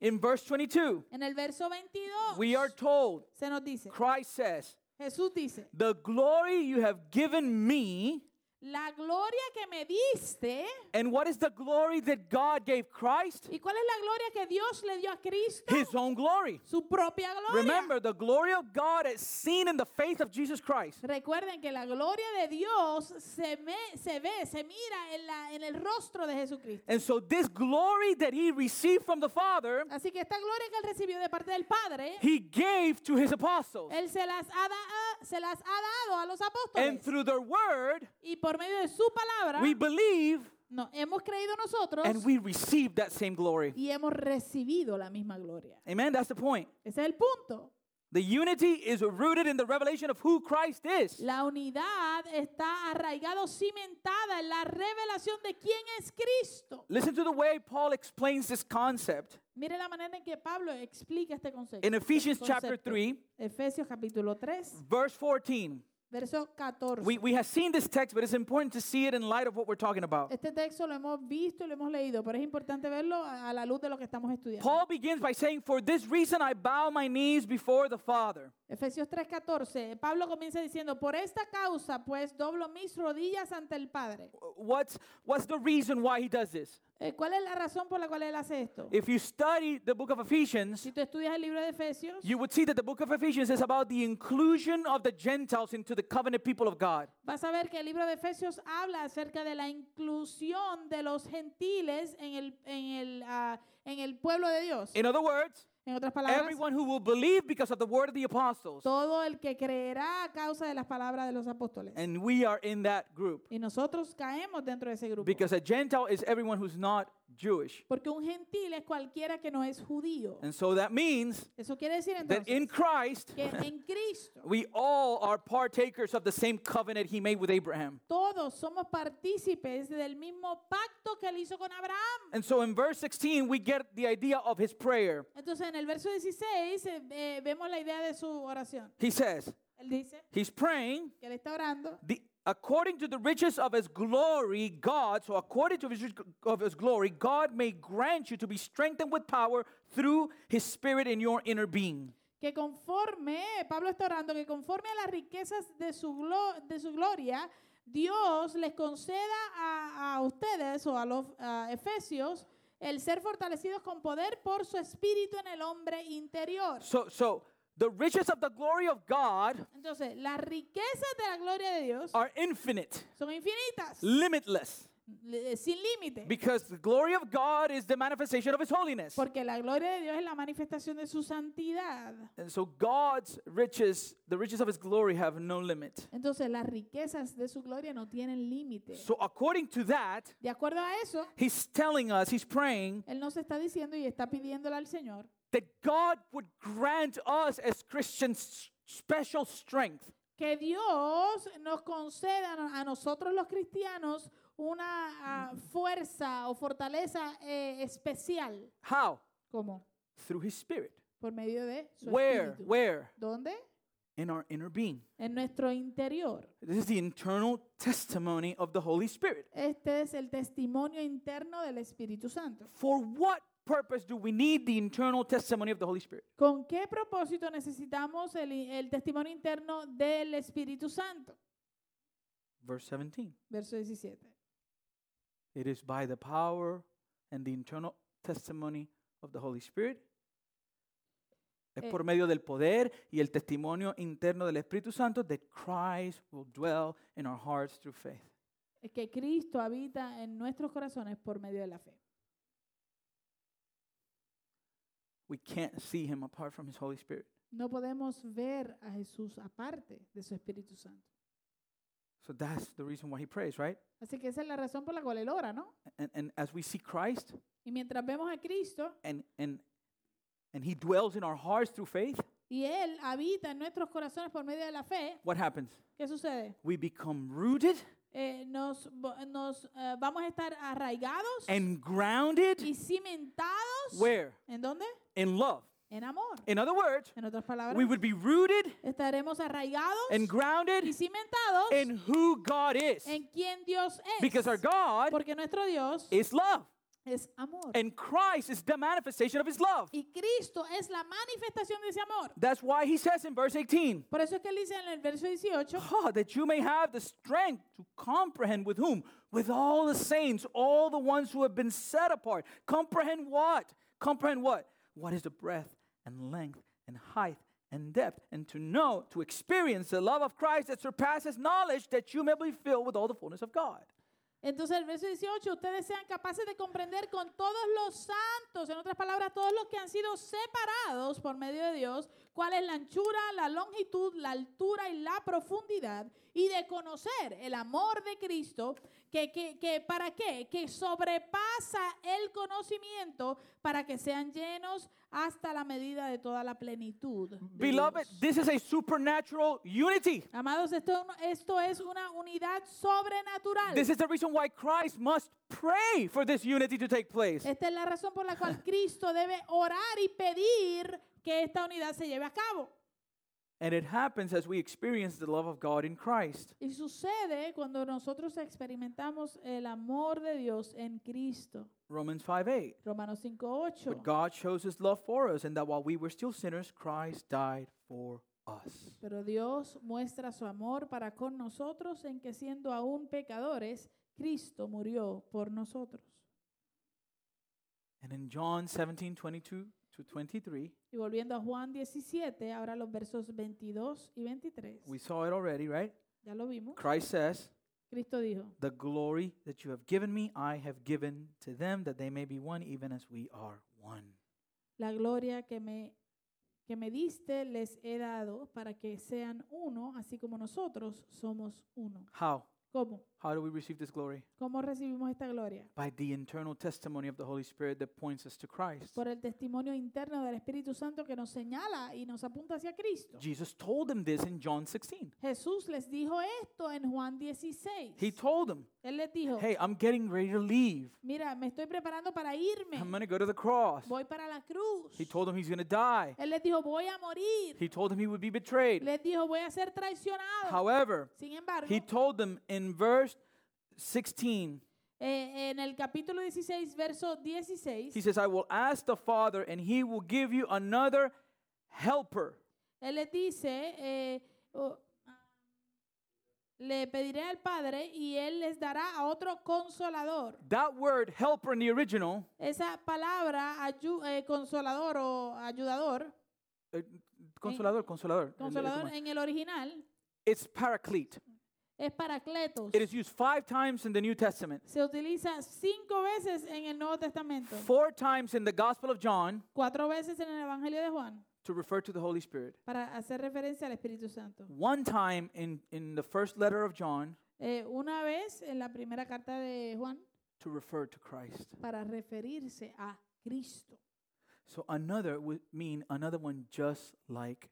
Speaker 1: In verse 22,
Speaker 2: En el verso 22
Speaker 1: we are told,
Speaker 2: se nos dice,
Speaker 1: Christ says,
Speaker 2: Jesús dice,
Speaker 1: The glory you have given me,
Speaker 2: la gloria que me diste.
Speaker 1: And what is the glory that God gave Christ?
Speaker 2: ¿Y cuál es la gloria que Dios le dio a Cristo?
Speaker 1: His own glory.
Speaker 2: Su propia gloria.
Speaker 1: Remember, the glory of God is seen in the faith of Jesus Christ.
Speaker 2: Recuerden que la gloria de Dios se, me- se ve, se mira en, la- en el rostro de Jesucristo.
Speaker 1: And so, this glory that he received from the Father,
Speaker 2: Así que esta gloria que él recibió de parte del Padre,
Speaker 1: he gave to his apostles.
Speaker 2: él se las ha, da- ah, se las ha dado a los
Speaker 1: And
Speaker 2: apóstoles.
Speaker 1: through their word,
Speaker 2: Y por medio de su palabra,
Speaker 1: we believe
Speaker 2: no, hemos creído nosotros
Speaker 1: and we receive that same glory.
Speaker 2: y hemos recibido la misma gloria.
Speaker 1: Amen. That's the point.
Speaker 2: Ese es el punto.
Speaker 1: The unity is rooted in the revelation of who Christ is.
Speaker 2: La unidad está arraigada o cimentada en la revelación de quién es Cristo.
Speaker 1: Listen to the way Paul explains this concept
Speaker 2: Mire la manera en que Pablo explica este concepto.
Speaker 1: in Ephesians
Speaker 2: este
Speaker 1: chapter
Speaker 2: concepto.
Speaker 1: 3,
Speaker 2: Efesios capítulo 3,
Speaker 1: verse 14.
Speaker 2: verso 14.
Speaker 1: We, we have seen this text, but it's important to see it in light of what we're talking about.
Speaker 2: este texto lo hemos visto y lo hemos leído, pero es importante verlo a a la luz de lo que estamos estudiando.
Speaker 1: Paul begins by saying, For this reason I bow my knees before the Father.
Speaker 2: Efesios 3:14. Pablo comienza diciendo, por esta causa pues doblo mis rodillas ante el Padre.
Speaker 1: What's, what's the reason why he does this?
Speaker 2: Eh, ¿Cuál es la razón por la cual él hace esto?
Speaker 1: If you study the book of Ephesians,
Speaker 2: si tú estudias el libro de Efesios,
Speaker 1: you would see that the book of Ephesians is about the inclusion of the Gentiles into the covenant people of God.
Speaker 2: vas a ver que el libro de Efesios habla acerca de la inclusión de los gentiles en el, en el, ah, en el pueblo de Dios.
Speaker 1: In other words,
Speaker 2: En otras palabras,
Speaker 1: everyone who will believe because of the word of the apostles.
Speaker 2: todo el que creerá a causa de las palabras de los apóstoles.
Speaker 1: And we are in that group.
Speaker 2: Y nosotros caemos dentro de ese grupo.
Speaker 1: Because a Gentile is everyone who's not Jewish.
Speaker 2: porque un gentil es cualquiera que no es judío.
Speaker 1: And so that means
Speaker 2: Eso quiere decir
Speaker 1: that in
Speaker 2: entonces
Speaker 1: Christ,
Speaker 2: que en Cristo
Speaker 1: we all are partakers of the same covenant he made with Abraham.
Speaker 2: todos somos partícipes del mismo pacto que él hizo con Abraham.
Speaker 1: And so in verse 16, we get the idea of his prayer.
Speaker 2: Entonces en el verso 16 eh, eh, vemos la idea de su oración.
Speaker 1: He says,
Speaker 2: Él dice
Speaker 1: He's praying
Speaker 2: que él está orando
Speaker 1: the, according to the riches of his glory, God, so according to his, rich- of his glory, God may grant you to be strengthened with power through his spirit in your inner being.
Speaker 2: que conforme, Pablo está orando, que conforme a las riquezas de su, glo- de su gloria, Dios les conceda a, a ustedes o a los a efesios el ser fortalecidos con poder por su espíritu en el hombre interior.
Speaker 1: So, so the riches of the glory of God
Speaker 2: Entonces, las riquezas de la gloria de Dios
Speaker 1: are infinite,
Speaker 2: son infinitas,
Speaker 1: limitless,
Speaker 2: li- eh, sin límite,
Speaker 1: because the glory of God is the manifestation of his holiness.
Speaker 2: porque la gloria de Dios es la manifestación de su santidad.
Speaker 1: And so God's riches, the riches of his glory have no limit.
Speaker 2: Entonces, las riquezas de su gloria no tienen límite.
Speaker 1: So according to that,
Speaker 2: De acuerdo a eso,
Speaker 1: he's telling us, he's praying
Speaker 2: Él nos está diciendo y está pidiéndole al Señor
Speaker 1: that God would grant us as Christians s- special strength.
Speaker 2: que Dios nos conceda no- a nosotros los cristianos una ah, fuerza o fortaleza eh, especial.
Speaker 1: How?
Speaker 2: ¿Cómo?
Speaker 1: Through his spirit.
Speaker 2: Por medio de su
Speaker 1: Where?
Speaker 2: espíritu.
Speaker 1: Where?
Speaker 2: ¿Dónde?
Speaker 1: In our inner being.
Speaker 2: En nuestro interior.
Speaker 1: This is the internal testimony of the Holy Spirit.
Speaker 2: Este es el testimonio interno del Espíritu Santo.
Speaker 1: For what purpose do we need the internal testimony of the Holy Spirit?
Speaker 2: ¿Con qué propósito necesitamos el, i- el testimonio interno del Espíritu Santo?
Speaker 1: Verse 17.
Speaker 2: Verso 17.
Speaker 1: It is by the power and the internal testimony of the Holy Spirit. Es
Speaker 2: Eh.
Speaker 1: por medio del poder y el testimonio interno del Espíritu Santo that Christ will dwell in our hearts through faith.
Speaker 2: Es que Cristo habita en nuestros corazones por medio de la fe.
Speaker 1: We can't see him apart from his Holy Spirit.
Speaker 2: No podemos ver a Jesús aparte de su Espíritu Santo.
Speaker 1: So that's the reason why he prays, right?
Speaker 2: Así que esa es la razón por la cual él ora, ¿no?
Speaker 1: And, and as we see Christ
Speaker 2: Y mientras vemos a Cristo
Speaker 1: and, and, and he dwells in our hearts through faith,
Speaker 2: y él habita en nuestros corazones por medio de la fe,
Speaker 1: what happens?
Speaker 2: ¿qué sucede?
Speaker 1: We become rooted
Speaker 2: Eh, nos vo- nos eh, vamos a estar arraigados
Speaker 1: and grounded.
Speaker 2: y cimentados.
Speaker 1: Where?
Speaker 2: ¿En dónde?
Speaker 1: In love.
Speaker 2: En amor.
Speaker 1: In other words,
Speaker 2: En otras palabras,
Speaker 1: we would be rooted
Speaker 2: estaremos arraigados
Speaker 1: and grounded
Speaker 2: y cimentados
Speaker 1: in who God is.
Speaker 2: en quien Dios es.
Speaker 1: Because our God
Speaker 2: Porque nuestro Dios
Speaker 1: is love.
Speaker 2: es amor.
Speaker 1: And Christ is the manifestation of his love.
Speaker 2: Y Cristo es la manifestación de ese amor.
Speaker 1: That's why he says in verse 18,
Speaker 2: Por eso es que él dice en el verso 18,
Speaker 1: "Ah, that you may have the strength to comprehend with whom? With all the saints, all the ones who have been set apart. Comprehend what? Comprehend what? What is the breadth and length and height and depth? And to know, to experience the love of Christ that surpasses knowledge, that you may be filled with all the fullness of God.
Speaker 2: Entonces el verso 18, ustedes sean capaces de comprender con todos los santos, en otras palabras, todos los que han sido separados por medio de Dios, cuál es la anchura, la longitud, la altura y la profundidad, y de conocer el amor de Cristo, que, que, que para qué, que sobrepasa el conocimiento para que sean llenos hasta la medida de toda la plenitud. de
Speaker 1: Beloved,
Speaker 2: Dios.
Speaker 1: this is a supernatural unity.
Speaker 2: Amados, esto, esto es una unidad sobrenatural.
Speaker 1: This is the reason why Christ must pray for this unity to take place.
Speaker 2: Esta es la razón por la cual Cristo debe orar y pedir que esta unidad se lleve a cabo.
Speaker 1: And it happens as we experience the love of God in Christ.
Speaker 2: Y sucede cuando nosotros experimentamos el amor de Dios en Cristo.
Speaker 1: Romans 5 8.
Speaker 2: Romanos
Speaker 1: But
Speaker 2: 5:8.
Speaker 1: God shows his love for us, and that while we were still sinners, Christ died for us.
Speaker 2: Pero Dios muestra su amor para con nosotros en que siendo aún pecadores, Cristo murió por nosotros.
Speaker 1: And in John 17 22 to 23,
Speaker 2: Y volviendo a Juan 17, ahora los versos 22 y 23.
Speaker 1: we saw it already, right?
Speaker 2: Ya lo vimos.
Speaker 1: Christ says,
Speaker 2: Cristo dijo,
Speaker 1: The glory that you have given me, I have given to them, that they may be one, even as we are one.
Speaker 2: La gloria que me, que me diste les he dado para que sean uno, así como nosotros somos uno.
Speaker 1: How?
Speaker 2: ¿Cómo?
Speaker 1: How do we receive this glory?
Speaker 2: ¿Cómo recibimos esta gloria?
Speaker 1: By the internal testimony of the Holy Spirit that points us to Christ.
Speaker 2: Por el testimonio interno del Espíritu Santo que nos señala y nos apunta hacia Cristo.
Speaker 1: Jesus told them this in John 16.
Speaker 2: Jesús les dijo esto en Juan
Speaker 1: He
Speaker 2: 16.
Speaker 1: told them,
Speaker 2: Él les dijo,
Speaker 1: Hey, I'm getting ready to leave.
Speaker 2: mira, me estoy preparando para
Speaker 1: I'm
Speaker 2: irme.
Speaker 1: going to go to the cross.
Speaker 2: Voy para la cruz.
Speaker 1: He told them he's going to die.
Speaker 2: Él les dijo, voy a morir.
Speaker 1: He told them he would be betrayed.
Speaker 2: Les dijo, voy a ser traicionado.
Speaker 1: However,
Speaker 2: Sin embargo,
Speaker 1: he told them in verse 16,
Speaker 2: Eh, en el capítulo 16, verso 16,
Speaker 1: he says, I will ask the Father, and he will give you another helper.
Speaker 2: él les dice, eh, o- le pediré al Padre y él les dará a otro consolador.
Speaker 1: That word, helper in the original,
Speaker 2: Esa palabra ayu- eh, consolador o ayudador,
Speaker 1: eh, consolador, consolador. eh,
Speaker 2: consolador eh. en el original
Speaker 1: It's paraclete.
Speaker 2: es paracletos.
Speaker 1: It is used five times in the New Testament,
Speaker 2: Se utiliza cinco veces en el Nuevo Testamento,
Speaker 1: four times in the Gospel of John
Speaker 2: cuatro veces en el Evangelio de Juan
Speaker 1: to refer to the Holy Spirit,
Speaker 2: para hacer referencia al Espíritu Santo.
Speaker 1: one time in, in the first letter of John
Speaker 2: Eh, una vez en la primera carta de Juan
Speaker 1: to refer to Christ.
Speaker 2: para referirse a Cristo.
Speaker 1: So another would mean another one just like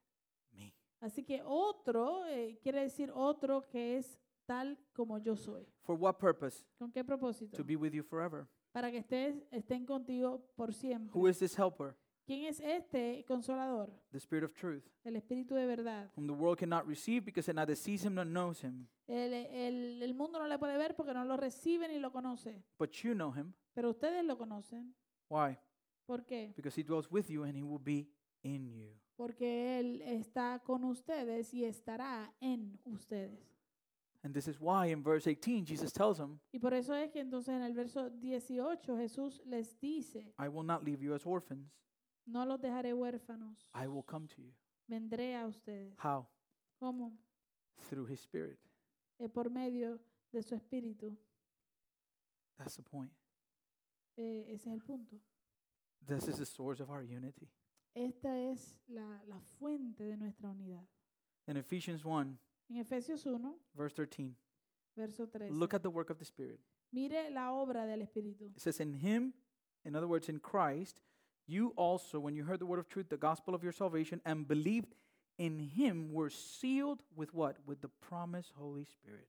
Speaker 1: me.
Speaker 2: Así que otro eh, quiere decir otro que es tal como yo soy.
Speaker 1: For what purpose?
Speaker 2: ¿Con qué propósito?
Speaker 1: To be with you forever.
Speaker 2: Para que estés, estén contigo por
Speaker 1: Who
Speaker 2: siempre.
Speaker 1: is this helper?
Speaker 2: ¿Quién es este consolador?
Speaker 1: The Spirit of truth,
Speaker 2: El Espíritu de verdad.
Speaker 1: whom the world cannot receive because it neither sees him nor knows him.
Speaker 2: El, el- el mundo no le puede ver porque no lo recibe ni lo conoce.
Speaker 1: But you know him.
Speaker 2: Pero ustedes lo conocen.
Speaker 1: Why?
Speaker 2: ¿Por qué?
Speaker 1: Because he dwells with you and he will be in you.
Speaker 2: Porque Él está con ustedes y estará en ustedes.
Speaker 1: And this is why in verse 18, Jesus tells him,
Speaker 2: Y por eso es que entonces en el verso 18 Jesús les dice,
Speaker 1: I will not leave you as orphans.
Speaker 2: No los dejaré huérfanos.
Speaker 1: I will come to you.
Speaker 2: Vendré a ustedes.
Speaker 1: How?
Speaker 2: ¿Cómo?
Speaker 1: Through his Spirit.
Speaker 2: Eh, por medio de su espíritu.
Speaker 1: That's the point.
Speaker 2: Eh, ese es el punto.
Speaker 1: This is the source of our unity.
Speaker 2: Esta es la, la fuente de nuestra unidad.
Speaker 1: In Ephesians 1,
Speaker 2: En Efesios 1,
Speaker 1: verse 13,
Speaker 2: verso 3.
Speaker 1: look at the work of the Spirit.
Speaker 2: Mire la obra del espíritu.
Speaker 1: It says, In him, in other words, in Christ, you also, when you heard the word of truth, the gospel of your salvation, and believed in him, were sealed with what? With the promised Holy Spirit.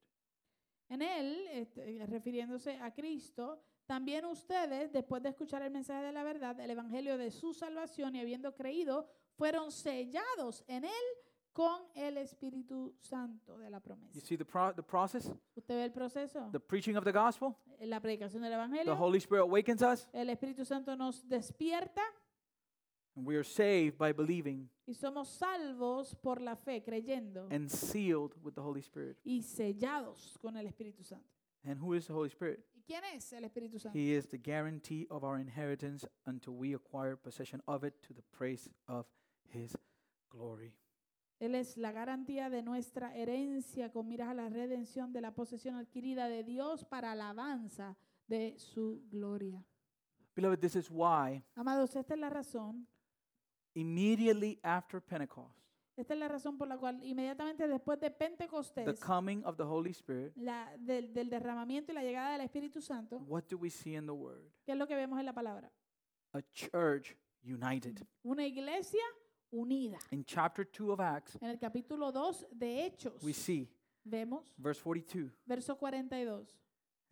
Speaker 2: En él, este, eh, refiriéndose a Cristo, también ustedes, después de escuchar el mensaje de la verdad, el evangelio de su salvación y habiendo creído, fueron sellados en él con el Espíritu Santo de la
Speaker 1: You
Speaker 2: promesa.
Speaker 1: see the, pro- the process,
Speaker 2: ¿Usted ve el proceso?
Speaker 1: the preaching of the gospel.
Speaker 2: La predicación del
Speaker 1: The
Speaker 2: Evangelio.
Speaker 1: Holy Spirit awakens us,
Speaker 2: El Espíritu Santo nos despierta
Speaker 1: and we are saved by believing
Speaker 2: y somos salvos por la fe, creyendo
Speaker 1: and sealed with the Holy Spirit.
Speaker 2: y sellados con el Espíritu Santo.
Speaker 1: And who is the Holy Spirit?
Speaker 2: ¿Y quién es el Espíritu Santo?
Speaker 1: He is the guarantee of our inheritance until we acquire possession of it to the praise of His glory.
Speaker 2: Él es la garantía de nuestra herencia con miras a la redención de la posesión adquirida de Dios para alabanza de su gloria.
Speaker 1: Beloved, this is why
Speaker 2: Amados, esta es la razón,
Speaker 1: immediately after Pentecost,
Speaker 2: esta es la razón por la cual inmediatamente después de
Speaker 1: the
Speaker 2: Pentecostés,
Speaker 1: coming of the Holy Spirit,
Speaker 2: la, del, del derramamiento y la llegada del Espíritu Santo,
Speaker 1: what do we see in the Word?
Speaker 2: ¿qué es lo que vemos en la palabra?
Speaker 1: A church united.
Speaker 2: Una iglesia unida.
Speaker 1: In chapter 2 of Acts,
Speaker 2: En el capítulo 2 de Hechos
Speaker 1: we see
Speaker 2: vemos
Speaker 1: verse 42.
Speaker 2: verso 42.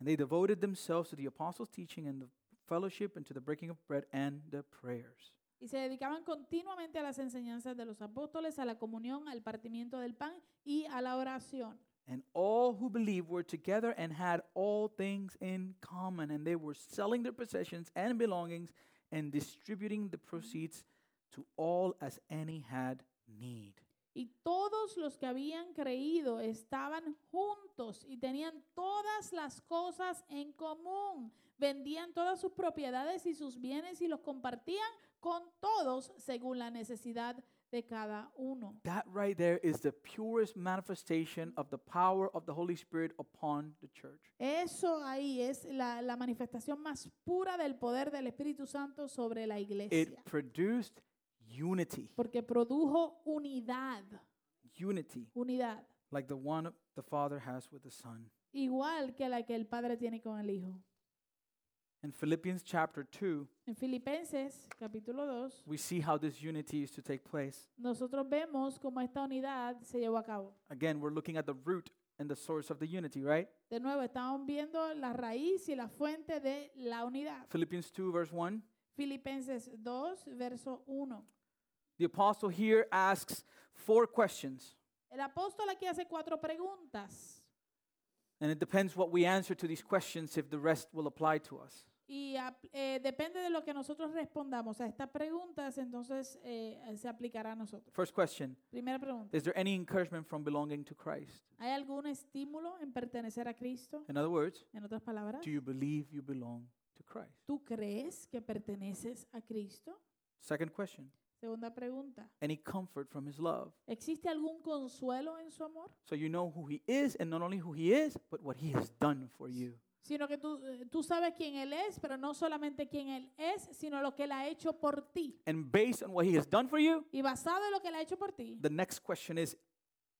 Speaker 1: And they devoted themselves to the apostles' teaching and the fellowship and to the breaking of bread and the prayers.
Speaker 2: Y se dedicaban continuamente a las enseñanzas de los apóstoles, a la comunión, al partimiento del pan y a la oración.
Speaker 1: And all who believed were together and had all things in common. And they were selling their possessions and belongings and distributing the proceeds to all as any had need.
Speaker 2: Y todos los que habían creído estaban juntos y tenían todas las cosas en común. Vendían todas sus propiedades y sus bienes y los compartían con todos según la necesidad de cada uno.
Speaker 1: That right there is the purest manifestation of the power of the Holy Spirit upon the church.
Speaker 2: Eso ahí es la, la manifestación más pura del poder del Espíritu Santo sobre la iglesia.
Speaker 1: It produced unity,
Speaker 2: Porque produjo unidad,
Speaker 1: unity
Speaker 2: unidad,
Speaker 1: like the one the Father has with the Son.
Speaker 2: igual que la que el Padre tiene con el Hijo.
Speaker 1: In Philippians chapter 2,
Speaker 2: En Filipenses capítulo 2,
Speaker 1: we see how this unity is to take place.
Speaker 2: nosotros vemos cómo esta unidad se llevó a cabo.
Speaker 1: Again, we're looking at the root and the source of the unity, right?
Speaker 2: De nuevo, estamos viendo la raíz y la fuente de la unidad.
Speaker 1: Philippians 2, verse 1.
Speaker 2: Filipenses 2, verso 1.
Speaker 1: The apostle here asks four questions,
Speaker 2: El apóstol aquí hace cuatro preguntas.
Speaker 1: and it depends what we answer to these questions if the rest will apply to us.
Speaker 2: Y apl- eh, depende de lo que nosotros respondamos a estas preguntas, entonces eh, se aplicará a nosotros.
Speaker 1: First question
Speaker 2: Primera pregunta.
Speaker 1: Is there any encouragement from belonging to Christ?
Speaker 2: ¿Hay algún estímulo en pertenecer a Cristo?
Speaker 1: In other words,
Speaker 2: En otras palabras,
Speaker 1: do you believe you belong to Christ?
Speaker 2: ¿tú crees que perteneces a Cristo?
Speaker 1: Second question
Speaker 2: Segunda pregunta.
Speaker 1: Any comfort from his love?
Speaker 2: ¿Existe algún consuelo en su amor?
Speaker 1: So you know who he is, and not only who he is, but what he has done for you.
Speaker 2: Sino que tú, eh, tú sabes quién Él es, pero no solamente quién Él es, sino lo que Él ha hecho por ti.
Speaker 1: And based on what he has done for you,
Speaker 2: Y basado en lo que Él ha hecho por ti,
Speaker 1: The next question is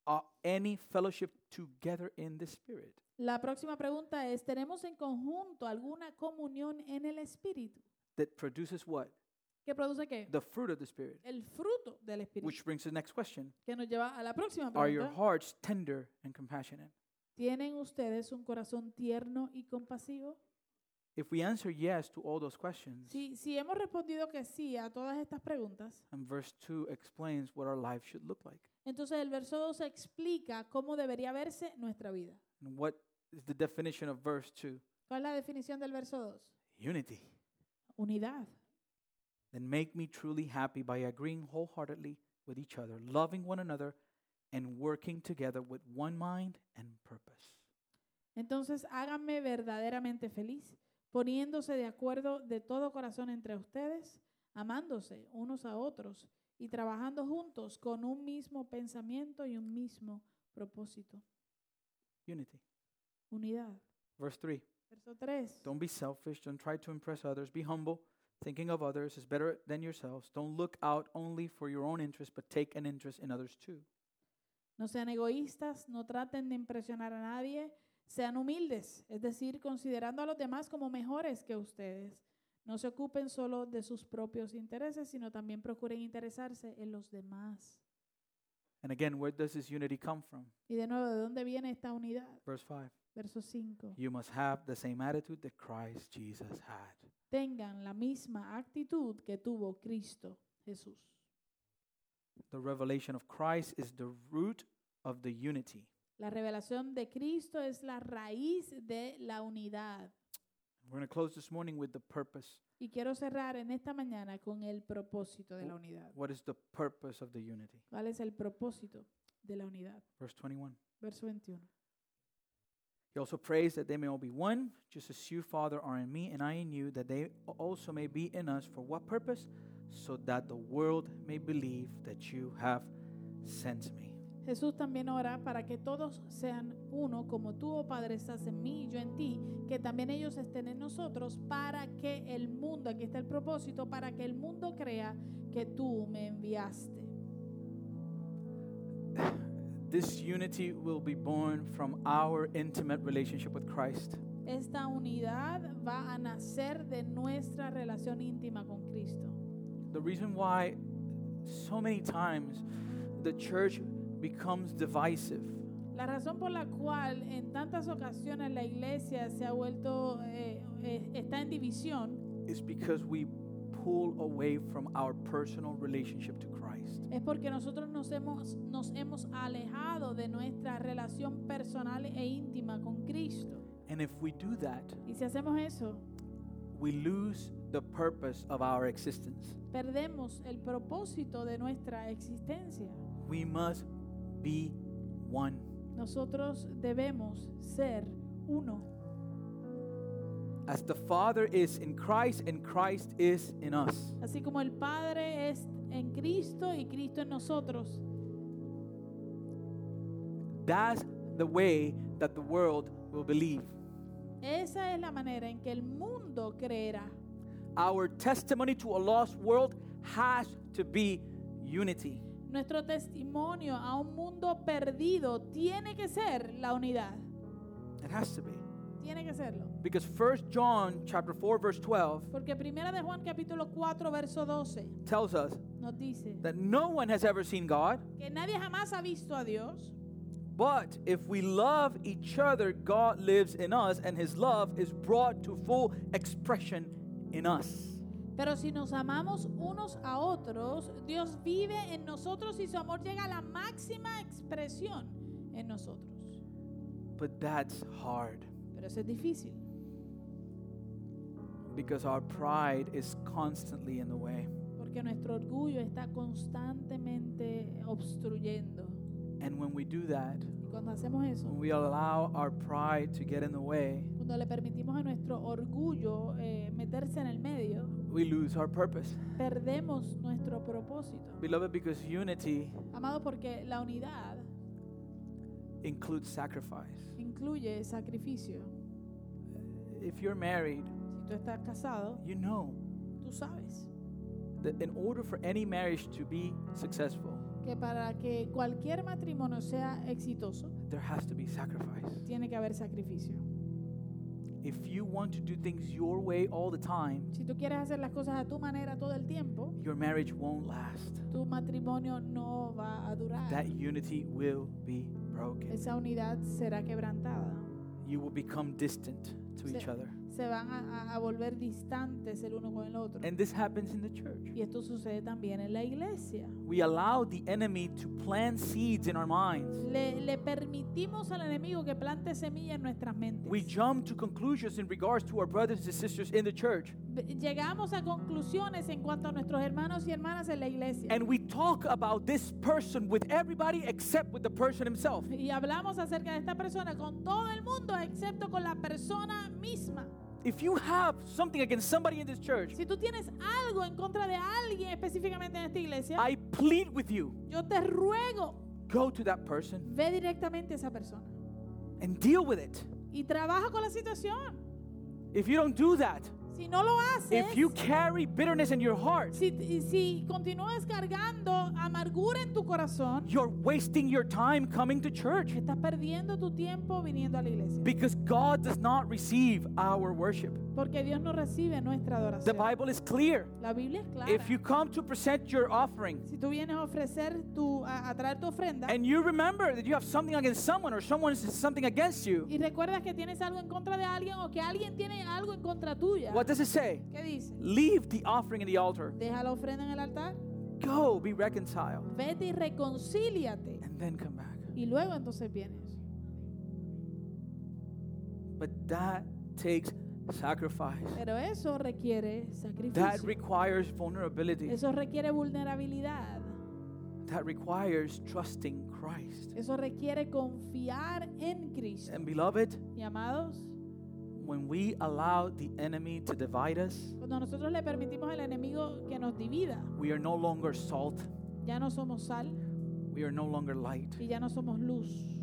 Speaker 1: Are any fellowship together in the Spirit?
Speaker 2: la próxima pregunta es, ¿tenemos en conjunto alguna comunión en el Espíritu?
Speaker 1: That produces what?
Speaker 2: ¿Qué produce qué?
Speaker 1: The fruit of the Spirit.
Speaker 2: El fruto del Espíritu.
Speaker 1: Which brings the next question
Speaker 2: Que nos lleva a la próxima
Speaker 1: Are your
Speaker 2: pregunta.
Speaker 1: hearts tender and compassionate?
Speaker 2: ¿Tienen ustedes un corazón tierno y compasivo?
Speaker 1: If we answer yes to all those questions,
Speaker 2: Si, si hemos respondido que sí a todas estas preguntas,
Speaker 1: and verse 2 explains what our life should look like
Speaker 2: entonces el verso 2 explica cómo debería verse nuestra vida.
Speaker 1: and what is the definition of verse 2
Speaker 2: ¿Cuál es la definición del verso 2?
Speaker 1: unity.
Speaker 2: Unidad.
Speaker 1: Then make me truly happy by agreeing wholeheartedly with each other, loving one another, and working together with one mind and purpose.
Speaker 2: Entonces háganme verdaderamente feliz, poniéndose de acuerdo de todo corazón entre ustedes, amándose unos a otros y trabajando juntos con un mismo pensamiento y un mismo propósito.
Speaker 1: Unity.
Speaker 2: Unidad.
Speaker 1: Verse 3.
Speaker 2: Verso 3.
Speaker 1: Don't be selfish. Don't try to impress others. Be humble. Thinking of others is better than yourselves. Don't look out only for your own interest, but take an interest in others too.
Speaker 2: No sean egoístas, no traten de impresionar a nadie, sean humildes, es decir, considerando a los demás como mejores que ustedes. No se ocupen solo de sus propios intereses, sino también procuren interesarse en los demás.
Speaker 1: And again, where does this unity come from?
Speaker 2: Y de nuevo, ¿de dónde viene esta unidad?
Speaker 1: Verse 5.
Speaker 2: Verso 5.
Speaker 1: You must have the same attitude that Christ Jesus had.
Speaker 2: Tengan la misma actitud que tuvo Cristo Jesús.
Speaker 1: The revelation of Christ is the root of the unity.
Speaker 2: La revelación de Cristo es la raíz de la unidad.
Speaker 1: We're going to close this morning with the purpose.
Speaker 2: Y quiero cerrar en esta mañana con el propósito de la unidad.
Speaker 1: What is the purpose of the unity?
Speaker 2: ¿Cuál es el propósito de la unidad?
Speaker 1: Verse 21.
Speaker 2: Verso 21.
Speaker 1: He also prays that they may all be one, just as you, Father, are in me and I in you, that they also may be in us. For what purpose? So that the world may believe that you have sent me.
Speaker 2: Jesús también ora para que todos sean uno, como tú, oh Padre, estás en mí y yo en ti, que también ellos estén en nosotros, para que el mundo, aquí está el propósito, para que el mundo crea que tú me enviaste.
Speaker 1: This unity will be born from our intimate relationship with Christ.
Speaker 2: Esta unidad va a nacer de nuestra relación íntima con Cristo.
Speaker 1: The reason why so many times the church becomes divisive
Speaker 2: La razón por la cual en tantas ocasiones la iglesia se ha vuelto, eh, eh, está en división,
Speaker 1: is because we pull away from our personal relationship to Christ.
Speaker 2: es porque nosotros nos hemos, nos hemos alejado de nuestra relación personal e íntima con Cristo.
Speaker 1: And if we do that,
Speaker 2: Y si hacemos eso,
Speaker 1: we lose the purpose of our existence.
Speaker 2: perdemos el propósito de nuestra existencia.
Speaker 1: We must be one.
Speaker 2: Nosotros debemos ser uno.
Speaker 1: As the Father is in Christ and Christ is in us.
Speaker 2: Así como el Padre es en Cristo y Cristo en nosotros.
Speaker 1: That's the way that the world will believe.
Speaker 2: Esa es la manera en que el mundo creerá.
Speaker 1: Our testimony to a lost world has to be unity.
Speaker 2: Nuestro testimonio a un mundo perdido tiene que ser la unidad.
Speaker 1: It has to be.
Speaker 2: Tiene que serlo.
Speaker 1: Because 1 John chapter 4 verse 12
Speaker 2: Porque primera de Juan capítulo 4 verso 12
Speaker 1: tells us
Speaker 2: nos dice
Speaker 1: that no one has ever seen God,
Speaker 2: que nadie jamás ha visto a Dios,
Speaker 1: but if we love each other, God lives in us and his love is brought to full expression in us.
Speaker 2: pero si nos amamos unos a otros, Dios vive en nosotros y su amor llega a la máxima expresión en nosotros.
Speaker 1: But that's hard
Speaker 2: Pero eso es difícil,
Speaker 1: because our pride is constantly in the way.
Speaker 2: porque nuestro orgullo está constantemente obstruyendo.
Speaker 1: And when we do that,
Speaker 2: Y cuando hacemos eso,
Speaker 1: when we allow our pride to get in the way,
Speaker 2: Cuando le permitimos a nuestro orgullo eh, meterse en el medio,
Speaker 1: we lose our purpose.
Speaker 2: perdemos nuestro propósito.
Speaker 1: Beloved, because unity
Speaker 2: Amado, porque la unidad
Speaker 1: includes sacrifice.
Speaker 2: incluye sacrificio.
Speaker 1: If you're married,
Speaker 2: Si tú estás casado,
Speaker 1: you know
Speaker 2: tú sabes
Speaker 1: that in order for any marriage to be successful,
Speaker 2: que para que cualquier matrimonio sea exitoso,
Speaker 1: there has to be sacrifice.
Speaker 2: tiene que haber sacrificio.
Speaker 1: If you want to do things your way all the time,
Speaker 2: Si tú quieres hacer las cosas a tu manera todo el tiempo,
Speaker 1: your marriage won't last.
Speaker 2: tu matrimonio no va a durar.
Speaker 1: That unity will be broken.
Speaker 2: Esa unidad será quebrantada.
Speaker 1: You will become distant to each other.
Speaker 2: Se van a, a- a volver distantes el uno con el otro.
Speaker 1: And this happens in the church.
Speaker 2: Y esto sucede también en la iglesia.
Speaker 1: We allow the enemy to plant seeds in our minds.
Speaker 2: Le, le permitimos al enemigo que plante semilla en nuestras mentes.
Speaker 1: We jump to conclusions in regards to our brothers and sisters in the church.
Speaker 2: Ve- Llegamos a conclusiones en cuanto a nuestros hermanos y hermanas en la iglesia.
Speaker 1: And we talk about this person with everybody except with the person himself.
Speaker 2: y hablamos acerca de esta persona con todo el mundo, excepto con la persona misma.
Speaker 1: If you have something against somebody in this church,
Speaker 2: Si tú tienes algo en contra de alguien específicamente en esta iglesia,
Speaker 1: I plead with you
Speaker 2: yo te ruego,
Speaker 1: go to that person
Speaker 2: ve directamente a esa persona
Speaker 1: and deal with it.
Speaker 2: y trabaja con la situación.
Speaker 1: If you don't do that,
Speaker 2: Si no lo haces,
Speaker 1: if you carry bitterness in your heart,
Speaker 2: si, y si continúas cargando amargura en tu corazón,
Speaker 1: you're wasting your time coming to church
Speaker 2: Estás perdiendo tu tiempo viniendo a la iglesia.
Speaker 1: because God does not receive our worship.
Speaker 2: Porque Dios no recibe nuestra
Speaker 1: The
Speaker 2: adoración.
Speaker 1: Bible is clear.
Speaker 2: La Biblia es clara.
Speaker 1: If you come to present your offering
Speaker 2: si tú vienes a ofrecer tu, a, a traer tu ofrenda
Speaker 1: and you remember that you have something against someone or someone has something against you,
Speaker 2: y recuerdas que tienes algo en contra de alguien o que alguien tiene algo en contra tuya,
Speaker 1: what does it say?
Speaker 2: ¿qué dice?
Speaker 1: Leave the offering in the altar.
Speaker 2: Deja la ofrenda en el altar
Speaker 1: Go be reconciled
Speaker 2: Vete y reconcíliate.
Speaker 1: and then come back.
Speaker 2: Y luego entonces vienes.
Speaker 1: But that takes sacrifice.
Speaker 2: Pero eso requiere
Speaker 1: That
Speaker 2: sacrificio.
Speaker 1: requires vulnerability.
Speaker 2: Eso requiere vulnerabilidad.
Speaker 1: That requires trusting Christ.
Speaker 2: Eso requiere confiar en Cristo.
Speaker 1: And beloved,
Speaker 2: Y amados,
Speaker 1: when we allow the enemy to divide us,
Speaker 2: cuando nosotros le permitimos al enemigo que nos divida,
Speaker 1: we are no longer salt,
Speaker 2: ya no somos sal
Speaker 1: we are no longer light.
Speaker 2: y ya no somos luz.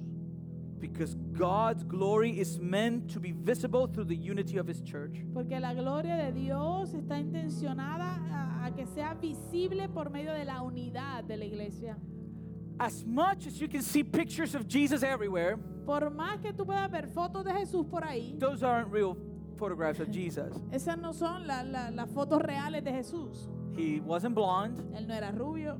Speaker 1: Because God's glory is meant to be visible through the unity of His church.
Speaker 2: Porque la gloria de Dios está intencionada a, a que sea visible por medio de la unidad de la iglesia.
Speaker 1: As much as you can see pictures of Jesus everywhere,
Speaker 2: Por más que tú puedas ver fotos de Jesús por ahí,
Speaker 1: those aren't real photographs of Jesus.
Speaker 2: esas no son la- la- las fotos reales de Jesús.
Speaker 1: He wasn't blonde,
Speaker 2: Él no era rubio.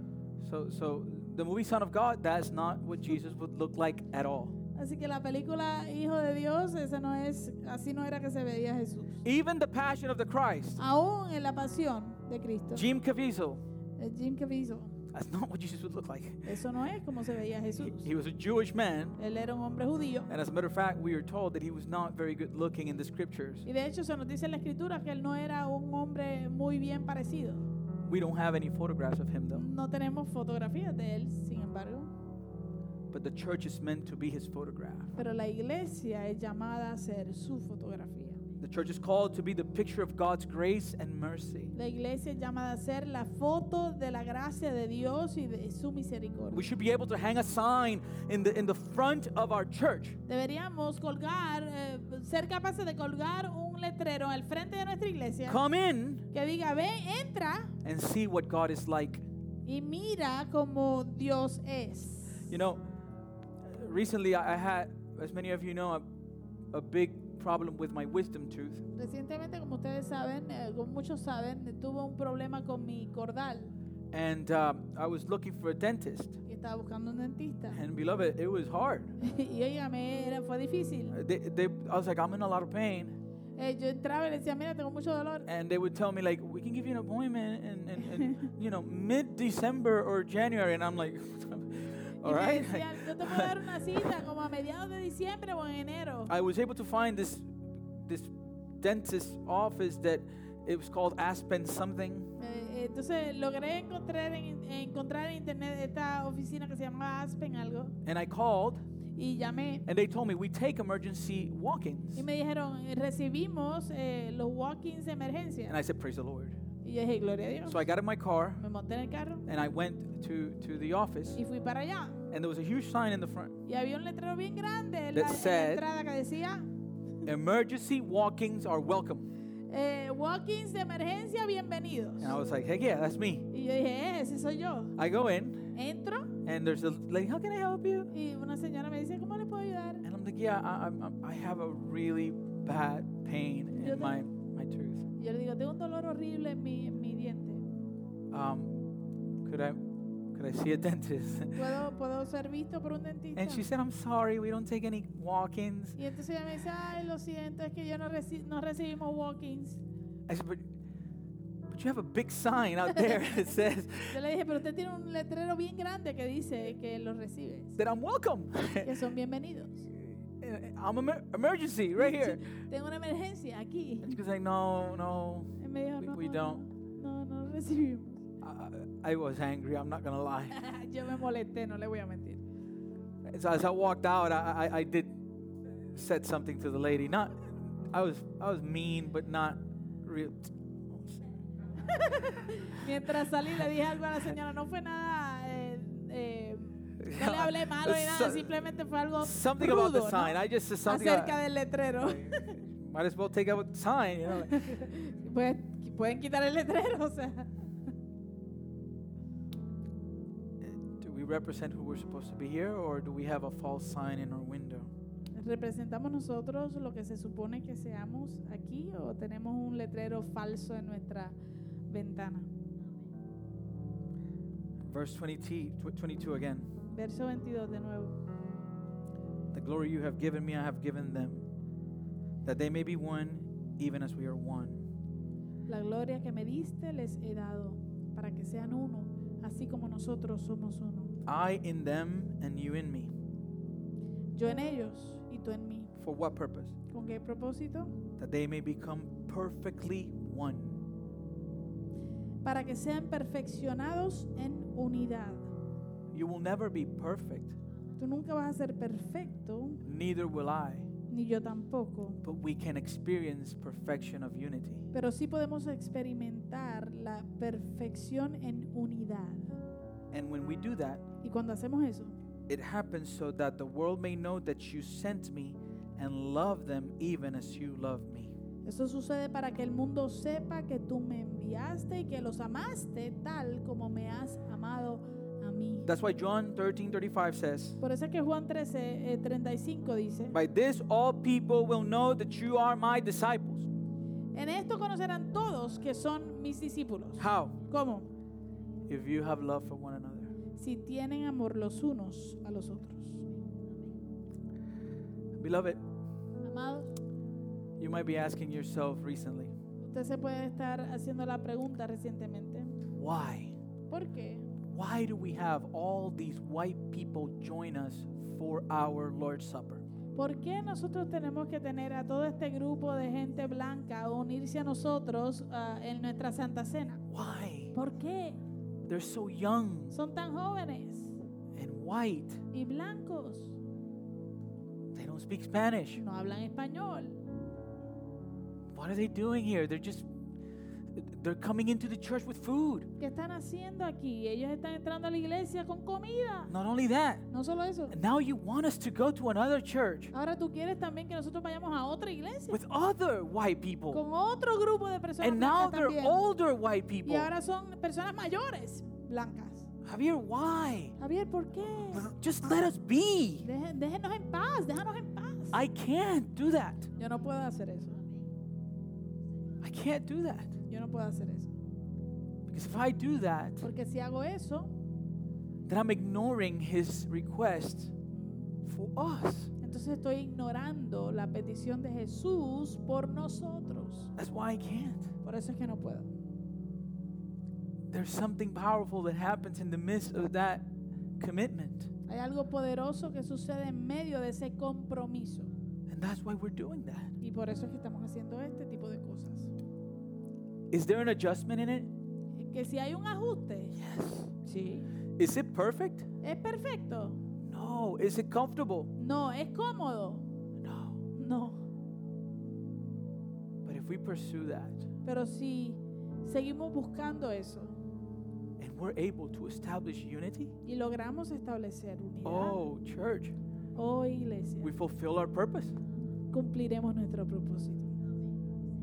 Speaker 1: so so the movie Son of God, that's not what Jesus would look like at all.
Speaker 2: Así que la película Hijo de Dios, esa no es, así no era que se veía Jesús.
Speaker 1: Even the Passion of the Christ,
Speaker 2: Aún en la pasión de Cristo,
Speaker 1: Jim Caviezel,
Speaker 2: de Jim Caviezel,
Speaker 1: that's not what Jesus would look like.
Speaker 2: eso no es como se veía Jesús.
Speaker 1: He, he was a Jewish man,
Speaker 2: Él era un hombre judío.
Speaker 1: and as a matter of fact, we are told that he was not very good looking in the scriptures.
Speaker 2: Y de hecho se nos dice en la escritura que él no era un hombre muy bien parecido.
Speaker 1: We don't have any photographs of him though.
Speaker 2: No tenemos fotografías de él, sin embargo.
Speaker 1: But the church is meant to be his photograph.
Speaker 2: Pero la iglesia es llamada a ser su fotografía.
Speaker 1: The church is called to be the picture of God's grace and mercy.
Speaker 2: La iglesia es llamada a ser la foto de la gracia de Dios y de su misericordia.
Speaker 1: We should be able to hang a sign in the in the front of our church
Speaker 2: Deberíamos colgar, eh, ser capaces de colgar un letrero al frente de nuestra iglesia
Speaker 1: Come in
Speaker 2: que diga, ve, entra
Speaker 1: and see what God is like.
Speaker 2: y mira cómo Dios es.
Speaker 1: You know, recently I I had, as many of you know, a, a big problem with my wisdom tooth.
Speaker 2: Recientemente, como ustedes saben, eh, como muchos saben, eh, tuve un problema con mi cordal
Speaker 1: And um, I was looking for a dentist.
Speaker 2: y estaba buscando un dentista.
Speaker 1: And beloved, it was hard.
Speaker 2: y óigame, era, fue difícil.
Speaker 1: Uh, They, they, I was like, I'm in a lot of pain.
Speaker 2: Eh, yo entraba y le decía, mira, tengo mucho dolor.
Speaker 1: And they would tell me, like, we can give you an appointment in, in, in you know, mid December or January. And I'm like, all
Speaker 2: y me
Speaker 1: right.
Speaker 2: decían, yo te puedo dar una cita como a mediados de diciembre o en enero.
Speaker 1: I was able to find this this dentist's office that it was called Aspen something.
Speaker 2: Eh, entonces logré encontrar en, encontrar en internet esta oficina que se llama Aspen algo
Speaker 1: And I called
Speaker 2: y llamé
Speaker 1: and they told me we take emergency walk-ins.
Speaker 2: y me dijeron recibimos eh, los walk-ins de emergencia
Speaker 1: And I said, Praise the Lord.
Speaker 2: y yo dije gloria a Dios
Speaker 1: So I got in my car
Speaker 2: me monté en el carro
Speaker 1: and I went to, to the office
Speaker 2: y fui para allá
Speaker 1: and there was a huge sign in the front.
Speaker 2: y había un letrero bien grande en la,
Speaker 1: That
Speaker 2: en la
Speaker 1: said-
Speaker 2: entrada que decía
Speaker 1: Emergency walk-ins are welcome.
Speaker 2: eh, walk-ins de emergencia bienvenidos
Speaker 1: And I was like, Heck yeah, that's me.
Speaker 2: y yo dije "Eh, ese soy yo
Speaker 1: I go in
Speaker 2: entro
Speaker 1: and there's a lady, how can I help you?
Speaker 2: y una señora me dice cómo le puedo ayudar
Speaker 1: And I'm like, yeah, I, I'm, I'm- I have a really bad pain
Speaker 2: Yo
Speaker 1: in my, my tooth.
Speaker 2: Y yo le digo tengo un dolor horrible en mi, en mi diente
Speaker 1: um, could I could I see a dentist?
Speaker 2: ¿Puedo, puedo ser visto por un dentista?
Speaker 1: And she said, I'm sorry, we don't take any walk-ins.
Speaker 2: Y entonces ella me dice, ay, lo siento, es que yo no, reci- no recibimos walk-ins.
Speaker 1: I said, but, but you have a big sign out there that says
Speaker 2: Yo le dije, pero usted tiene un letrero bien grande que dice que los recibes,
Speaker 1: that I'm welcome.
Speaker 2: que son bienvenidos.
Speaker 1: I'm emer- emergency right here.
Speaker 2: Tengo una emergencia aquí.
Speaker 1: And she was like, no, no.
Speaker 2: Él me dijo,
Speaker 1: We- we
Speaker 2: no, no,
Speaker 1: don't.
Speaker 2: no, no, no recibimos.
Speaker 1: I, I was angry. I'm not gonna lie.
Speaker 2: yo me molesté, no le voy a mentir.
Speaker 1: And So as I walked out, I, I, I did said something to the lady. Not, I was I was mean, but not real.
Speaker 2: Mientras salí le dije algo a la señora, no fue nada, eh, eh, no le hablé malo ni nada,
Speaker 1: So-
Speaker 2: simplemente fue algo
Speaker 1: something
Speaker 2: rudo,
Speaker 1: about the
Speaker 2: ¿no?
Speaker 1: sign. I just said something. about-
Speaker 2: acerca del letrero.
Speaker 1: Might as well take out a sign, you know. like-
Speaker 2: Pues, pueden quitar el letrero, o sea.
Speaker 1: do we represent who we're supposed to be here, or do we have a false sign in our window?
Speaker 2: ¿Representamos nosotros lo que se supone que seamos aquí o tenemos un letrero falso en nuestra ventana?
Speaker 1: Verse 20 t- tw- 22 again.
Speaker 2: Verso 22 de nuevo.
Speaker 1: The glory you have given me, I have given them, that they may be one, even as we are one.
Speaker 2: La gloria que me diste les he dado para que sean uno, así como nosotros somos uno.
Speaker 1: I in them and you in me.
Speaker 2: Yo en ellos y tú en mí.
Speaker 1: For what purpose?
Speaker 2: ¿Con qué propósito?
Speaker 1: That they may become perfectly one,
Speaker 2: Para que sean perfeccionados en unidad.
Speaker 1: You will never be perfect,
Speaker 2: Tú nunca vas a ser perfecto,
Speaker 1: neither will I,
Speaker 2: ni yo tampoco,
Speaker 1: but we can experience perfection of unity.
Speaker 2: pero sí podemos experimentar la perfección en unidad.
Speaker 1: And when we do that,
Speaker 2: Y cuando hacemos eso,
Speaker 1: it happens so that the world may know that you sent me and love them even as you love me.
Speaker 2: eso sucede para que el mundo sepa que tú me enviaste y que los amaste tal como me has amado a mí.
Speaker 1: That's why John 13:35 says,
Speaker 2: Por eso es que Juan 13, eh, 35 dice,
Speaker 1: By this all people will know that you are my disciples.
Speaker 2: en esto conocerán todos que son mis discípulos.
Speaker 1: How?
Speaker 2: ¿Cómo?
Speaker 1: If you have love for one another.
Speaker 2: Si tienen amor los unos a los otros.
Speaker 1: Beloved,
Speaker 2: Amados,
Speaker 1: you might be asking yourself recently,
Speaker 2: usted se puede estar haciendo la pregunta recientemente.
Speaker 1: why?
Speaker 2: ¿Por qué?
Speaker 1: Why do we have all these white people join us for our Lord's Supper?
Speaker 2: ¿Por qué nosotros tenemos que tener a todo este grupo de gente blanca unirse a nosotros ah, en nuestra Santa Cena?
Speaker 1: Why?
Speaker 2: ¿Por qué?
Speaker 1: They're so young
Speaker 2: Son tan jóvenes
Speaker 1: and white.
Speaker 2: y blancos.
Speaker 1: They don't speak Spanish.
Speaker 2: No hablan español.
Speaker 1: What are they doing here? They're just they're coming into the church with food.
Speaker 2: ¿Qué están haciendo aquí? Ellos están entrando a la iglesia con comida.
Speaker 1: Not only that,
Speaker 2: No solo eso.
Speaker 1: now you want us to go to another church
Speaker 2: Ahora tú quieres también que nosotros vayamos a otra iglesia
Speaker 1: with other white people.
Speaker 2: con otro grupo de personas
Speaker 1: And now
Speaker 2: blancas
Speaker 1: they're
Speaker 2: también.
Speaker 1: older white
Speaker 2: Y
Speaker 1: people.
Speaker 2: ahora son personas mayores blancas.
Speaker 1: Javier, why?
Speaker 2: Javier, ¿por qué?
Speaker 1: Just let us be.
Speaker 2: Deje- déjenos en paz, déjanos en paz.
Speaker 1: I can't do that.
Speaker 2: Yo no puedo hacer eso.
Speaker 1: I can't do that.
Speaker 2: Yo no puedo hacer eso.
Speaker 1: Because if I do that,
Speaker 2: Porque si hago eso,
Speaker 1: then I'm ignoring his request for us.
Speaker 2: entonces estoy ignorando la petición de Jesús por nosotros.
Speaker 1: That's why I can't.
Speaker 2: Por eso es que no puedo.
Speaker 1: There's something powerful that happens in the midst of that commitment.
Speaker 2: Hay algo poderoso que sucede en medio de ese compromiso.
Speaker 1: And that's why we're doing that.
Speaker 2: Y por eso es que estamos haciendo este tipo de cosas.
Speaker 1: Is there an adjustment in it?
Speaker 2: Que si hay un ajuste,
Speaker 1: Yes.
Speaker 2: sí.
Speaker 1: Is it perfect?
Speaker 2: ¿Es perfecto?
Speaker 1: No. Is it comfortable?
Speaker 2: No. ¿Es cómodo?
Speaker 1: No.
Speaker 2: No.
Speaker 1: But if we pursue that
Speaker 2: Pero si seguimos buscando eso
Speaker 1: and we're able to establish unity,
Speaker 2: y logramos establecer unidad,
Speaker 1: oh, church,
Speaker 2: oh iglesia,
Speaker 1: we fulfill our purpose.
Speaker 2: cumpliremos nuestro propósito.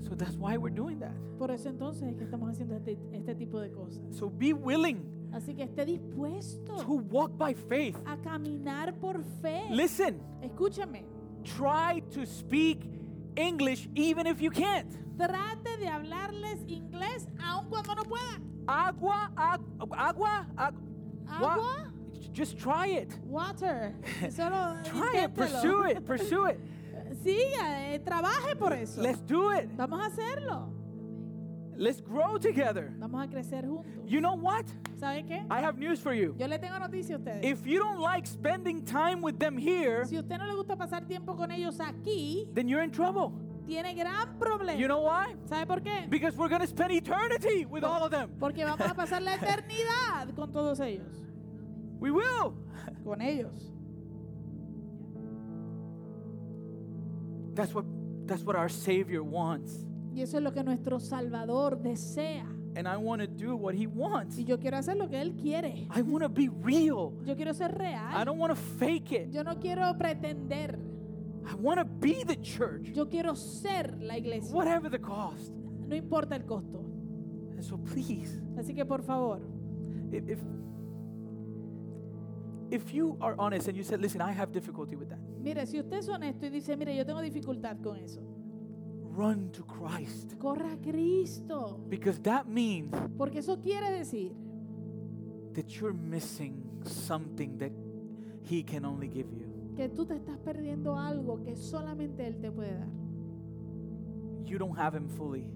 Speaker 1: So that's why we're doing that.
Speaker 2: Por eso entonces es que estamos haciendo este, este tipo de cosas.
Speaker 1: So be willing
Speaker 2: Así que
Speaker 1: to
Speaker 2: esté dispuesto
Speaker 1: walk by faith.
Speaker 2: a caminar por fe.
Speaker 1: Listen,
Speaker 2: Escúchame,
Speaker 1: try to speak English even if you can't.
Speaker 2: trate de hablarles inglés aun cuando no pueda.
Speaker 1: Agua, ag- agua, ag- wa-
Speaker 2: Agua,
Speaker 1: Just try it.
Speaker 2: water. Solo
Speaker 1: Try it.
Speaker 2: inténtelo.
Speaker 1: Pursue it. Pursue it.
Speaker 2: Siga, eh, trabaje por eso.
Speaker 1: Let's do it.
Speaker 2: Vamos a hacerlo.
Speaker 1: Let's grow together.
Speaker 2: Vamos a crecer juntos.
Speaker 1: You know what?
Speaker 2: ¿Sabe qué?
Speaker 1: I have news for you.
Speaker 2: Yo le tengo noticia a ustedes.
Speaker 1: If you don't like spending time with them here,
Speaker 2: Si a usted no le gusta pasar tiempo con ellos aquí,
Speaker 1: then you're in trouble.
Speaker 2: tiene gran
Speaker 1: You
Speaker 2: problema.
Speaker 1: know why?
Speaker 2: ¿Sabe por qué?
Speaker 1: Because we're going to spend eternity with all of them.
Speaker 2: Porque vamos a pasar la eternidad con todos ellos.
Speaker 1: We will.
Speaker 2: Con ellos.
Speaker 1: That's what that's what our savior wants.
Speaker 2: Y eso es lo que nuestro Salvador desea.
Speaker 1: And I want to do what he wants.
Speaker 2: Y yo quiero hacer lo que Él quiere.
Speaker 1: I want to be real.
Speaker 2: Yo quiero ser
Speaker 1: I
Speaker 2: real.
Speaker 1: don't want to fake it.
Speaker 2: Yo no quiero pretender.
Speaker 1: I want to be the church,
Speaker 2: Yo quiero ser la iglesia.
Speaker 1: whatever the cost.
Speaker 2: No importa el costo.
Speaker 1: And so please,
Speaker 2: Así que por favor,
Speaker 1: if if, if you are honest and you said, "Listen, I have difficulty with that."
Speaker 2: mire, si usted es honesto y dice, mire, yo tengo dificultad con eso.
Speaker 1: Run to Christ
Speaker 2: Corra a Cristo.
Speaker 1: because that means
Speaker 2: Porque eso quiere decir
Speaker 1: that you're missing something that he can only give you.
Speaker 2: que tú te estás perdiendo algo que solamente Él te puede dar.
Speaker 1: You don't have him fully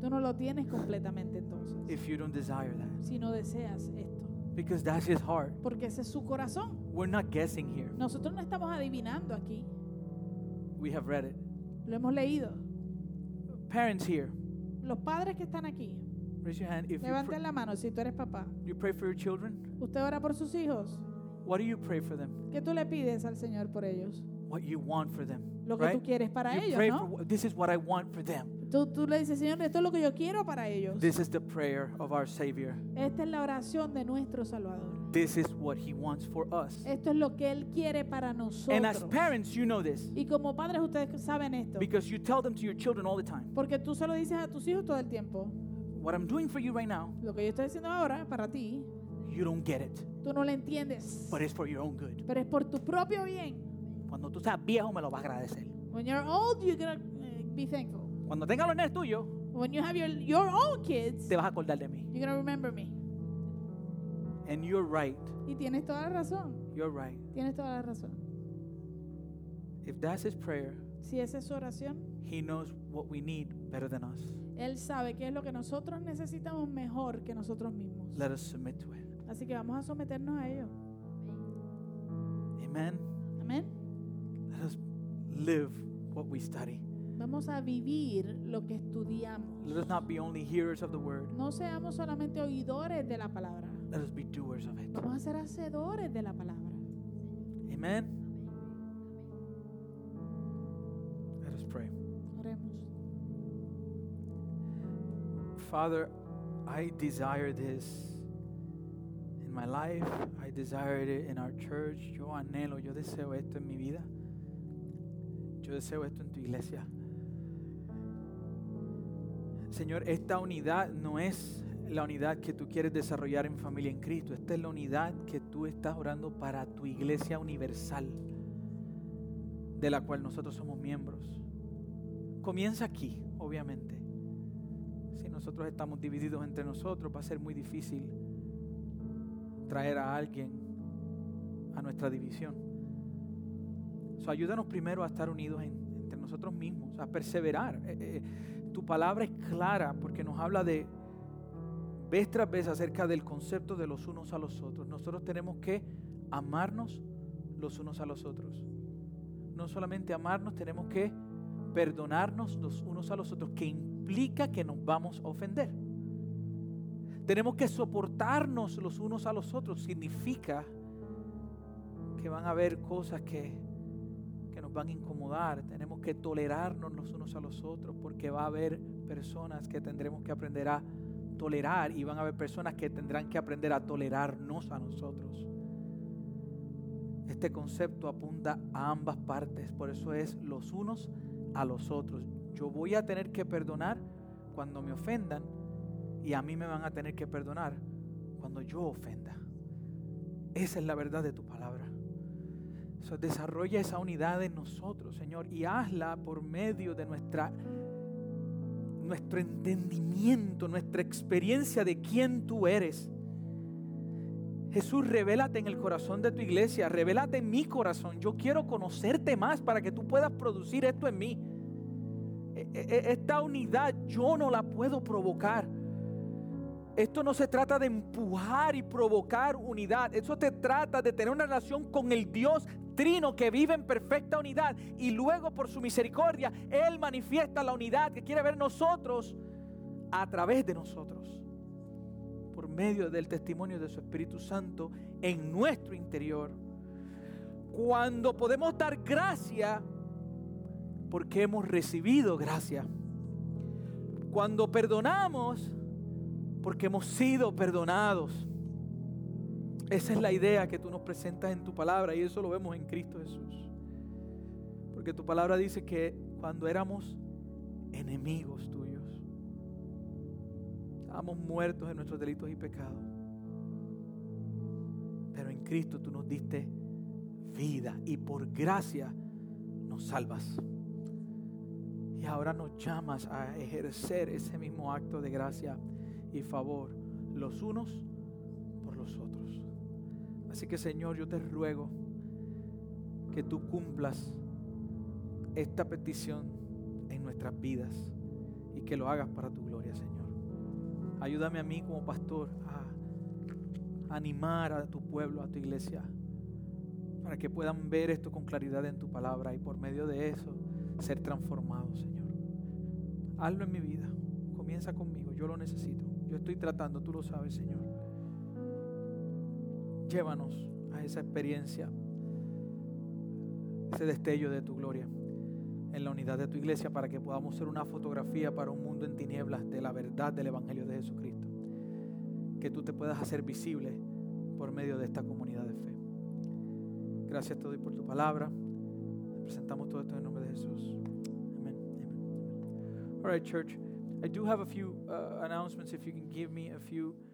Speaker 2: Tú no lo tienes completamente entonces.
Speaker 1: if you don't desire that.
Speaker 2: Si no deseas esto.
Speaker 1: because that's his heart.
Speaker 2: porque ese es su corazón.
Speaker 1: We're not guessing here.
Speaker 2: Nosotros no estamos adivinando aquí,
Speaker 1: We have read it.
Speaker 2: lo hemos leído.
Speaker 1: Parents here,
Speaker 2: Los padres que están aquí,
Speaker 1: raise your hand if you, pr-
Speaker 2: levanten la mano si tú eres papá.
Speaker 1: you pray for your children.
Speaker 2: Usted ora por sus hijos.
Speaker 1: What do you pray for them?
Speaker 2: ¿Qué tú le pides al Señor por ellos?
Speaker 1: What you want for them,
Speaker 2: Lo que
Speaker 1: right?
Speaker 2: tú quieres para
Speaker 1: You
Speaker 2: ellos,
Speaker 1: pray for
Speaker 2: ¿no?
Speaker 1: what- this is what I want for them.
Speaker 2: Tú, tú le dices, Señor, esto es lo que yo quiero para ellos.
Speaker 1: This is the prayer of our Savior.
Speaker 2: Esta es la oración de nuestro Salvador.
Speaker 1: This is what He wants for us.
Speaker 2: Esto es lo que Él quiere para
Speaker 1: And as
Speaker 2: nosotros.
Speaker 1: parents, you know this
Speaker 2: Y como padres ustedes saben esto.
Speaker 1: because you tell them to your children all the time.
Speaker 2: Porque tú se lo dices a tus hijos todo el tiempo.
Speaker 1: What I'm doing for you right now,
Speaker 2: Lo que yo estoy haciendo ahora para ti,
Speaker 1: you don't get it,
Speaker 2: tú no lo entiendes.
Speaker 1: but it's for your own good.
Speaker 2: Pero es por tu propio bien.
Speaker 1: Cuando tú seas viejo, me lo vas a agradecer.
Speaker 2: When you're old, you're gonna eh, be thankful.
Speaker 1: Cuando tengas los nenes tuyos,
Speaker 2: When you have your, your own kids,
Speaker 1: te vas a acordar de mí.
Speaker 2: you're gonna remember me.
Speaker 1: And you're right.
Speaker 2: Y tienes toda la razón.
Speaker 1: You're right.
Speaker 2: Tienes toda la razón.
Speaker 1: If that's His prayer,
Speaker 2: Si esa es su oración,
Speaker 1: He knows what we need better than us.
Speaker 2: Él sabe qué es lo que nosotros necesitamos mejor que nosotros mismos.
Speaker 1: Let us submit to it.
Speaker 2: Así que vamos a someternos a ello.
Speaker 1: Amen.
Speaker 2: Amén.
Speaker 1: Let us live what we study.
Speaker 2: Vamos a vivir lo que estudiamos.
Speaker 1: Let us not be only hearers of the word.
Speaker 2: No seamos solamente oidores de la palabra.
Speaker 1: Let us be doers of it.
Speaker 2: Vamos a ser hacedores de la palabra.
Speaker 1: Amen. Let us pray.
Speaker 2: Oremos.
Speaker 1: Father, I desire this in my life. I desire it in our church. Yo anhelo, yo deseo esto en mi vida. Yo deseo esto en tu iglesia. Señor, esta unidad no es la unidad que tú quieres desarrollar en familia en Cristo. Esta es la unidad que tú estás orando para tu iglesia universal, de la cual nosotros somos miembros. Comienza aquí, obviamente. Si nosotros estamos divididos entre nosotros, va a ser muy difícil traer a alguien a nuestra división. So, ayúdanos primero a estar unidos en- entre nosotros mismos, a perseverar. Eh, eh, tu palabra es clara porque nos habla de vez tras vez acerca del concepto de los unos a los otros. Nosotros tenemos que amarnos los unos a los otros. No solamente amarnos, tenemos que perdonarnos los unos a los otros, que implica que nos vamos a ofender. Tenemos que soportarnos los unos a los otros, significa que van a haber cosas que, que nos van a incomodar. Tenemos que tolerarnos los unos a los otros, porque va a haber personas que tendremos que aprender a tolerar y van a haber personas que tendrán que aprender a tolerarnos a nosotros. Este concepto apunta a ambas partes, por eso es los unos a los otros. Yo voy a tener que perdonar cuando me ofendan y a mí me van a tener que perdonar cuando yo ofenda. Esa es la verdad de tu palabra. So, desarrolla esa unidad en nosotros, Señor, y hazla por medio de nuestra nuestro entendimiento, nuestra experiencia de quién tú eres. Jesús, revélate en el corazón de tu iglesia, revélate en mi corazón. Yo quiero conocerte más para que tú puedas producir esto en mí. E- e- Esta unidad yo no la puedo provocar. Esto no se trata de empujar y provocar unidad. Eso te trata de tener una relación con el Dios Trino que vive en perfecta unidad. Y luego por su misericordia, Él manifiesta la unidad que quiere ver nosotros a través de nosotros. Por medio del testimonio de su Espíritu Santo en nuestro interior. Cuando podemos dar gracia porque hemos recibido gracia. Cuando perdonamos porque hemos sido perdonados. Esa es la idea que tú nos presentas en tu palabra y eso lo vemos en Cristo Jesús. Porque tu palabra dice que cuando éramos enemigos tuyos, estábamos muertos en nuestros delitos y pecados. Pero en Cristo tú nos diste vida y por gracia nos salvas. Y ahora nos llamas a ejercer ese mismo acto de gracia y favor los unos por los otros. Así que Señor, yo te ruego que tú cumplas esta petición en nuestras vidas y que lo hagas para tu gloria, Señor. Ayúdame a mí como pastor a, animar a tu pueblo, a tu iglesia, para que puedan ver esto con claridad en tu palabra y por medio de eso ser transformados, Señor. Hazlo en mi vida, comienza conmigo, yo lo necesito, yo estoy tratando, tú lo sabes, Señor. Llévanos a esa experiencia, ese destello de tu gloria en la unidad de tu iglesia para que podamos ser una fotografía para un mundo en tinieblas de la verdad del Evangelio de Jesucristo. Que tú te puedas hacer visible por medio de esta comunidad de fe. Gracias te doy por tu palabra. Presentamos todo esto en el nombre de Jesús. Amen. Amen. All right, church. I do have a few uh, announcements. If you can give me a few.